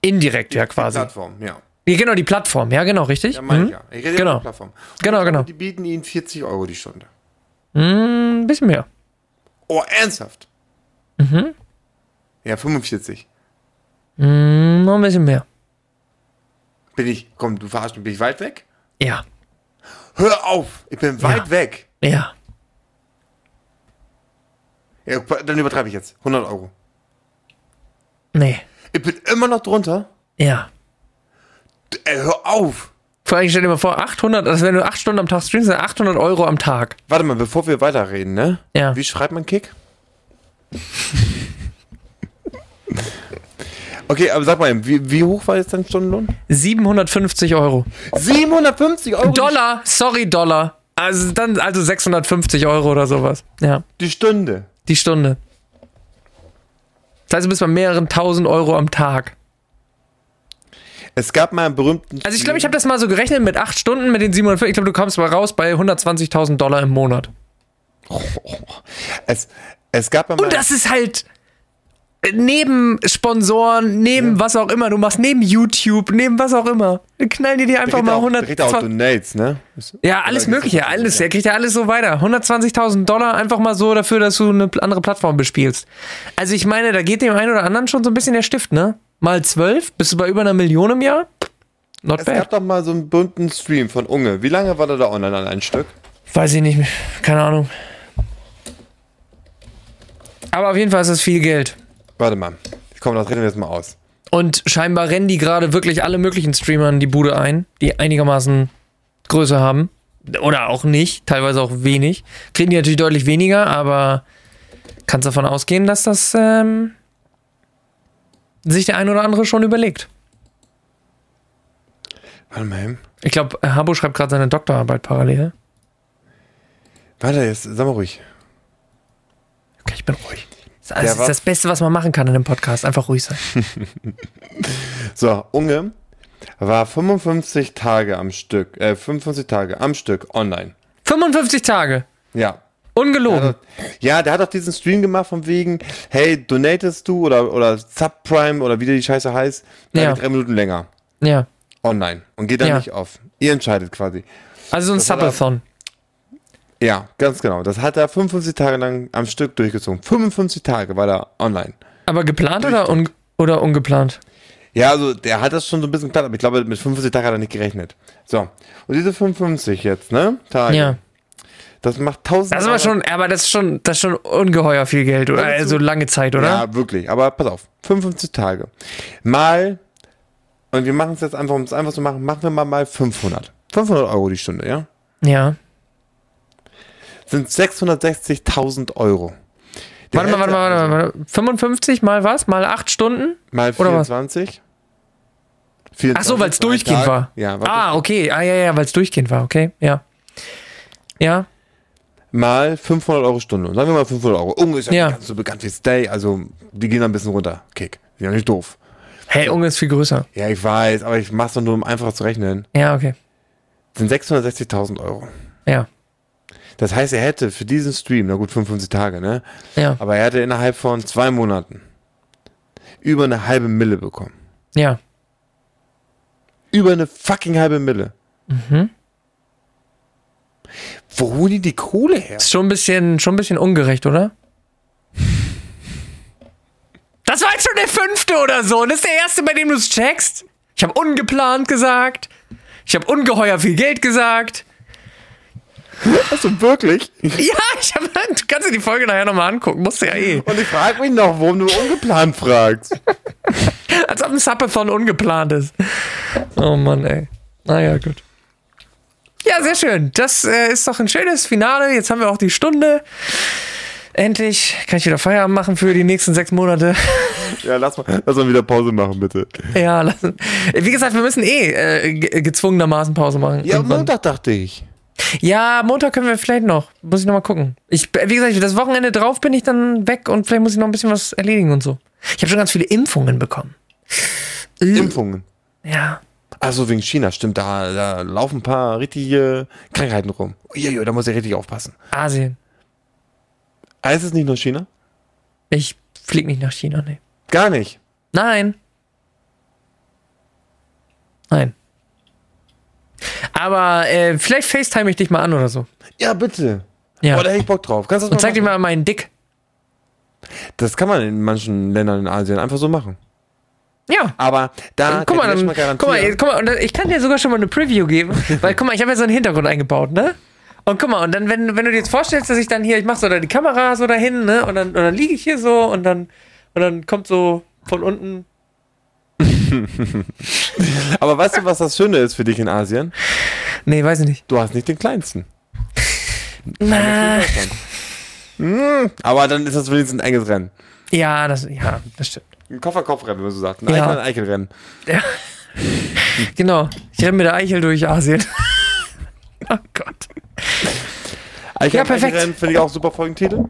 S1: Indirekt ja
S2: Die
S1: quasi.
S2: Plattform, ja.
S1: Ja, genau, die Plattform. Ja, genau, richtig.
S2: Ja, meine
S1: Mhm.
S2: ich ja. Ich rede
S1: Genau.
S2: über die Plattform.
S1: Genau, genau.
S2: Die bieten ihnen 40 Euro die Stunde.
S1: Ein bisschen mehr.
S2: Oh, ernsthaft? Mhm. Ja, 45.
S1: Hm, Noch ein bisschen mehr.
S2: Bin ich, komm, du verarschst mich, bin ich weit weg?
S1: Ja.
S2: Hör auf, ich bin weit weg.
S1: Ja.
S2: Ja, dann übertreibe ich jetzt, 100 Euro.
S1: Nee.
S2: Ich bin immer noch drunter.
S1: Ja.
S2: D- Ey, hör auf.
S1: Vor allem stell dir mal vor, 800, also wenn du 8 Stunden am Tag streamst, sind 800 Euro am Tag.
S2: Warte mal, bevor wir weiterreden, ne?
S1: Ja.
S2: Wie schreibt man
S1: (laughs)
S2: Kick? okay, aber sag mal, eben, wie, wie hoch war jetzt dein Stundenlohn?
S1: 750 Euro.
S2: 750 Euro
S1: Dollar, sorry, Dollar. Also dann, also 650 Euro oder sowas. Ja.
S2: die Stunde.
S1: Die Stunde. Das heißt, du bist bei mehreren tausend Euro am Tag.
S2: Es gab mal einen berühmten.
S1: Also ich glaube, ich habe das mal so gerechnet mit 8 Stunden, mit den 750. Ich glaube, du kommst mal raus bei 120.000 Dollar im Monat.
S2: Es, es gab mal.
S1: Und das ist halt äh, neben Sponsoren, neben was auch immer du machst, neben YouTube, neben was auch immer. Dann Knallen die dir einfach
S2: kriegt er
S1: mal
S2: auch, kriegt er auch
S1: 120.
S2: Donates, ne?
S1: Ja, alles
S2: Oder
S1: Mögliche,
S2: gibt's-
S1: alles. Er kriegt ja alles so weiter. 120.000 Dollar einfach mal so dafür, dass du eine pl- andere Plattform bespielst. Also ich meine, da geht dem einen oder anderen schon so ein bisschen der Stift, ne? Mal 12, bist du bei über einer Million im Jahr? Not
S2: Es
S1: bad.
S2: gab doch mal so einen bunten Stream von Unge. Wie lange war der da online an einem Stück?
S1: Weiß ich nicht mehr. Keine Ahnung. Aber auf jeden Fall ist es viel Geld.
S2: Warte mal. Komm, das reden wir jetzt mal aus.
S1: Und scheinbar rennen die gerade wirklich alle möglichen Streamern die Bude ein, die einigermaßen Größe haben. Oder auch nicht, teilweise auch wenig. Kriegen die natürlich deutlich weniger, aber kannst davon ausgehen, dass das ähm, sich der ein oder andere schon überlegt.
S2: Warte mal. eben.
S1: Ich glaube, Habo schreibt gerade seine Doktorarbeit parallel.
S2: Warte, jetzt sag mal ruhig.
S1: Okay, ich bin ruhig. Das
S2: Der
S1: ist, das
S2: war-
S1: ist das Beste, was man machen kann in einem Podcast. Einfach ruhig sein.
S2: So, Unge war 55 Tage am Stück, äh, 55 Tage am Stück online.
S1: 55 Tage.
S2: Ja.
S1: Ungelogen.
S2: Ja, der hat auch diesen Stream gemacht von wegen, hey, donatest du oder, oder Subprime oder wie die Scheiße heißt, dann
S1: Ja.
S2: drei Minuten länger
S1: Ja.
S2: online und geht dann
S1: Ja.
S2: nicht auf. Ihr entscheidet quasi.
S1: Also so ein
S2: war da-
S1: Subathon.
S2: Ja, ganz genau. Das hat er 55 Tage lang am Stück durchgezogen. 55 Tage war er online.
S1: Aber geplant oder, un oder ungeplant?
S2: Ja, also der hat das schon so ein bisschen platt, aber ich glaube, mit 50 Tagen hat er nicht gerechnet. So. Und diese 55 jetzt, ne? Tage.
S1: Ja.
S2: Das macht 1000
S1: Das ist aber schon, aber das ist schon, das ist schon ungeheuer viel Geld oder
S2: Das ist
S1: also lange Zeit, oder?
S2: Ja, wirklich. Aber pass auf. 55 Tage. Mal, und wir machen es jetzt einfach, um es einfach zu machen, machen wir mal mal 500. 500 Euro die Stunde, ja?
S1: Ja.
S2: Sind 660.000 Euro. Der also
S1: Warte mal, warte mal,
S2: Eltern-
S1: warte mal, warte mal. 55 mal was? Mal 8 Stunden?
S2: Mal
S1: Oder was?
S2: 24.
S1: Ach so, weil es
S2: 24 am
S1: durchgehend
S2: Tag.
S1: war.
S2: Ja, warte.
S1: ah, okay. Ah, ja, ja, weil es durchgehend war. Okay, ja. Ja,
S2: Mal 500 Euro Stunde. Sagen wir mal 500 Euro. Unge ist ja,
S1: Ja.
S2: Nicht ganz so bekannt wie Stay. Also, die gehen da ein bisschen runter. Kick. Ist ja nicht doof.
S1: hey, Unge ist viel größer.
S2: Ja, ich weiß, aber ich mach's doch nur, um einfacher zu rechnen.
S1: Ja, okay.
S2: Sind 660.000 Euro.
S1: Ja,
S2: Das heißt, er hätte für diesen Stream, na gut, 55 Tage, ne?
S1: ja,
S2: Aber er hätte innerhalb von zwei Monaten über eine halbe Mille bekommen.
S1: ja.
S2: Über eine fucking halbe Mille.
S1: Mhm.
S2: Wo holen die die Kohle her?
S1: Ist schon ein bisschen, schon ein bisschen ungerecht, oder? Das war jetzt schon der fünfte oder so. Und das ist der erste, bei dem du es checkst. Ich habe ungeplant gesagt. Ich habe ungeheuer viel Geld gesagt.
S2: Also wirklich?
S1: Ja, ich habe. Du kannst dir die Folge nachher nochmal angucken. Musst du ja eh.
S2: Und ich frage mich noch, warum du ungeplant fragst.
S1: Als ob ein Suppathon ungeplant ist. Oh Mann, ey. Naja, gut. Ja, sehr schön. Das äh, ist doch ein schönes Finale. Jetzt haben wir auch die Stunde. Endlich kann ich wieder Feierabend machen für die nächsten sechs Monate. (laughs)
S2: Ja, lass mal, lass mal wieder Pause machen, bitte.
S1: Ja, lass, wie gesagt, wir müssen eh äh, ge- gezwungenermaßen Pause machen.
S2: Ja,
S1: Irgendwann.
S2: Montag dachte ich.
S1: ja, Montag können wir vielleicht noch. Muss ich nochmal gucken. Ich, wie gesagt, das Wochenende drauf bin ich dann weg und vielleicht muss ich noch ein bisschen was erledigen und so. Ich habe schon ganz viele Impfungen bekommen.
S2: Impfungen.
S1: Ja.
S2: Achso, Also wegen China, stimmt. Da, da laufen ein paar richtige Krankheiten rum. Uiuiui, da muss ich richtig aufpassen.
S1: Asien.
S2: Ah, Ist es nicht nur China?
S1: Ich flieg nicht nach China, nee.
S2: Gar nicht.
S1: Nein. Nein. Aber äh, vielleicht FaceTime ich dich mal an oder so.
S2: Ja, bitte.
S1: Ja.
S2: Oh, da hätte ich Bock drauf. Kannst du das
S1: und zeig dir
S2: machen?
S1: mal meinen Dick.
S2: Das kann man in manchen Ländern in Asien einfach so machen.
S1: Ja.
S2: Aber da
S1: Äh, guck, mal, dann,
S2: ich dir schon
S1: guck mal,
S2: garantieren-
S1: jetzt- guck mal, und dann, ich kann dir sogar schon mal eine Preview geben, weil guck mal, ich habe ja so einen Hintergrund eingebaut, ne? Und guck mal, und dann, wenn, wenn du dir jetzt vorstellst, dass ich dann hier, ich mache so da die Kamera so dahin, ne? Und dann, und dann liege ich hier so und dann, und dann kommt so von unten.
S2: Aber weißt du, was das Schöne ist für dich in Asien?
S1: Nee, weiß ich nicht.
S2: Du hast nicht den kleinsten.
S1: Na,
S2: Hm, Aber dann ist das wenigstens ein enges Rennen.
S1: ja, das, ja, das stimmt.
S2: Ein Koffer-Kopf-Rennen, wenn du so sagst. Ein
S1: Ja.
S2: Eichel- ein Eichelrennen.
S1: Genau. Ich renne mit der Eichel durch Asien. (laughs) oh Gott.
S2: Eichel
S1: Ja, perfekt.
S2: Eichelrennen finde ich auch super Folgentitel.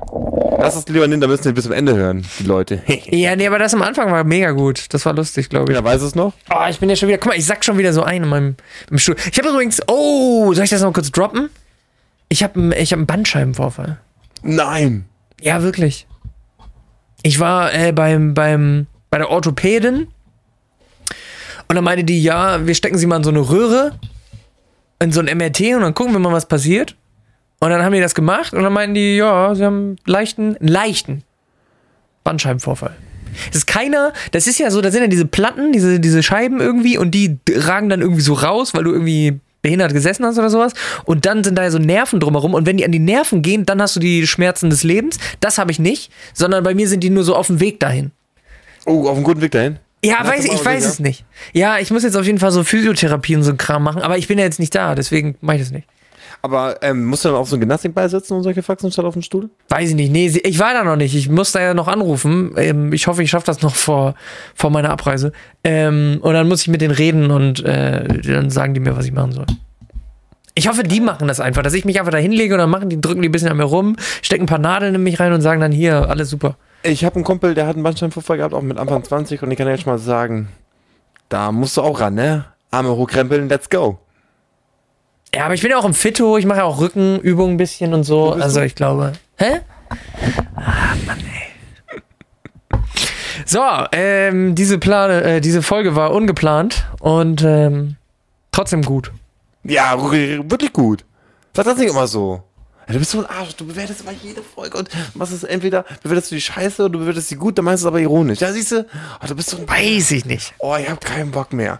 S2: Lass es lieber nehmen, da müssen wir bis zum Ende hören, die Leute.
S1: Ja, nee, aber das am Anfang war mega gut. Das war lustig, glaube ich.
S2: (laughs) Jeder weiß es noch.
S1: Oh, ich bin ja schon wieder. Guck mal, ich sack schon wieder so ein in meinem im Stuhl. Ich habe übrigens. Oh, soll ich das noch kurz droppen? Ich habe ich hab einen Bandscheibenvorfall.
S2: Nein.
S1: Ja, wirklich. Ich war äh, beim, beim, bei der Orthopädin und dann meinte die, ja, wir stecken sie mal in so eine Röhre, in so ein MRT und dann gucken wir mal, was passiert. Und dann haben die das gemacht und dann meinten die, ja, sie haben einen leichten, einen leichten Bandscheibenvorfall. Das ist keiner, das ist ja so, da sind ja diese Platten, diese, diese Scheiben irgendwie und die ragen dann irgendwie so raus, weil du irgendwie behindert gesessen hast oder sowas. Und dann sind da ja so Nerven drumherum und wenn die an die Nerven gehen, dann hast du die Schmerzen des Lebens. Das habe ich nicht, sondern bei mir sind die nur so auf dem Weg dahin.
S2: Oh, auf einem guten Weg dahin.
S1: Ja,
S2: Hast
S1: weiß,
S2: du
S1: ich
S2: mal
S1: ich weiß
S2: gesehen,
S1: es nicht. Ja, ich muss jetzt auf jeden Fall so Physiotherapie und so einen Kram machen, aber ich bin ja jetzt nicht da, deswegen mache ich das nicht.
S2: Aber ähm, musst du dann auf so einen Gymnastikball sitzen und solche Faxen statt auf dem Stuhl?
S1: Weiß ich nicht. Nee, sie- ich war da noch nicht. Ich muss da ja noch anrufen. Ähm, ich hoffe, ich schaffe das noch vor, vor meiner Abreise. Ähm, und dann muss ich mit denen reden und äh, dann sagen die mir, was ich machen soll. Ich hoffe, die machen das einfach, dass ich mich einfach da hinlege und dann machen die, drücken die ein bisschen an mir rum, stecken ein paar Nadeln in mich rein und sagen dann hier, alles super.
S2: Ich habe einen Kumpel, der hat einen Bandscheibenvorfall gehabt, auch mit Anfang 20. Und ich kann jetzt schon mal sagen, da musst du auch ran, ne? Arme hochkrempeln, let's go.
S1: Ja, aber ich bin ja auch im Fitto, ich mache ja auch Rückenübungen ein bisschen und so. Also ich glaube. Hä? Ah, Mann, ey. So, ähm, diese Plane, äh, diese Folge war ungeplant und ähm, trotzdem gut.
S2: Ja, r- wirklich gut. Sag das nicht immer so. Ja, Du bist so ein Arsch, du bewertest immer jede Folge und machst es entweder, bewertest du die Scheiße oder du bewertest die gut, dann meinst du es aber ironisch. Ja, siehst du, oh, du bist so ein
S1: Weiß ich nicht.
S2: Oh, ich hab keinen Bock mehr.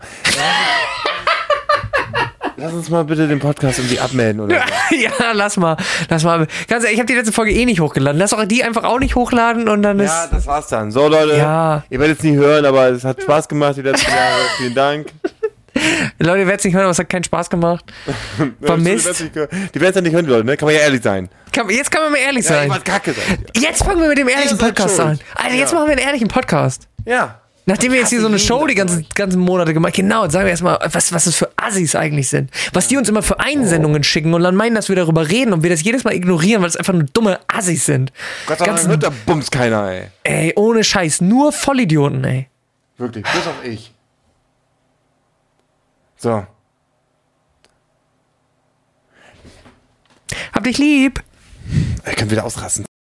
S2: Lass uns mal bitte den Podcast irgendwie abmelden, oder? so.
S1: (laughs) ja, lass mal. Lass mal. Ganz ehrlich, ich habe die letzte Folge eh nicht hochgeladen. Lass auch die einfach auch nicht hochladen und dann
S2: Ja,
S1: ist.
S2: das war's dann. So, Leute,
S1: Ja.
S2: ihr werdet es nie hören, aber es hat Spaß gemacht die
S1: (laughs)
S2: letzten Jahre. Vielen Dank.
S1: Leute, ihr werdet nicht hören, aber es hat keinen Spaß
S2: (laughs)
S1: gemacht. Vermisst.
S2: Die werden es ja nicht hören, die Leute, ne? Kann man ja ehrlich sein.
S1: Kann, jetzt kann man mal ehrlich
S2: Ja, ich
S1: sein.
S2: war kacke sein.
S1: Jetzt fangen wir mit dem ehrlichen
S2: seid
S1: Podcast
S2: schuld.
S1: an. Alter, jetzt
S2: Ja.
S1: machen wir einen ehrlichen Podcast.
S2: Ja.
S1: Nachdem wir jetzt hier so eine
S2: jeden
S1: Show die
S2: davon.
S1: ganzen, ganzen Monate gemacht genau, jetzt sagen wir erstmal, was, was es für Assis eigentlich sind. Was die uns immer für
S2: Oh.
S1: Einsendungen schicken und dann meinen, dass wir darüber reden und wir das jedes Mal ignorieren, weil es einfach nur dumme Assis sind.
S2: Gott sei Dank
S1: Ganzen-
S2: hört da Bums keiner, ey.
S1: Ey, ohne Scheiß, nur Vollidioten, ey.
S2: Wirklich, bis auf ich. So.
S1: Hab dich lieb.
S2: Ich kann wieder ausrasten.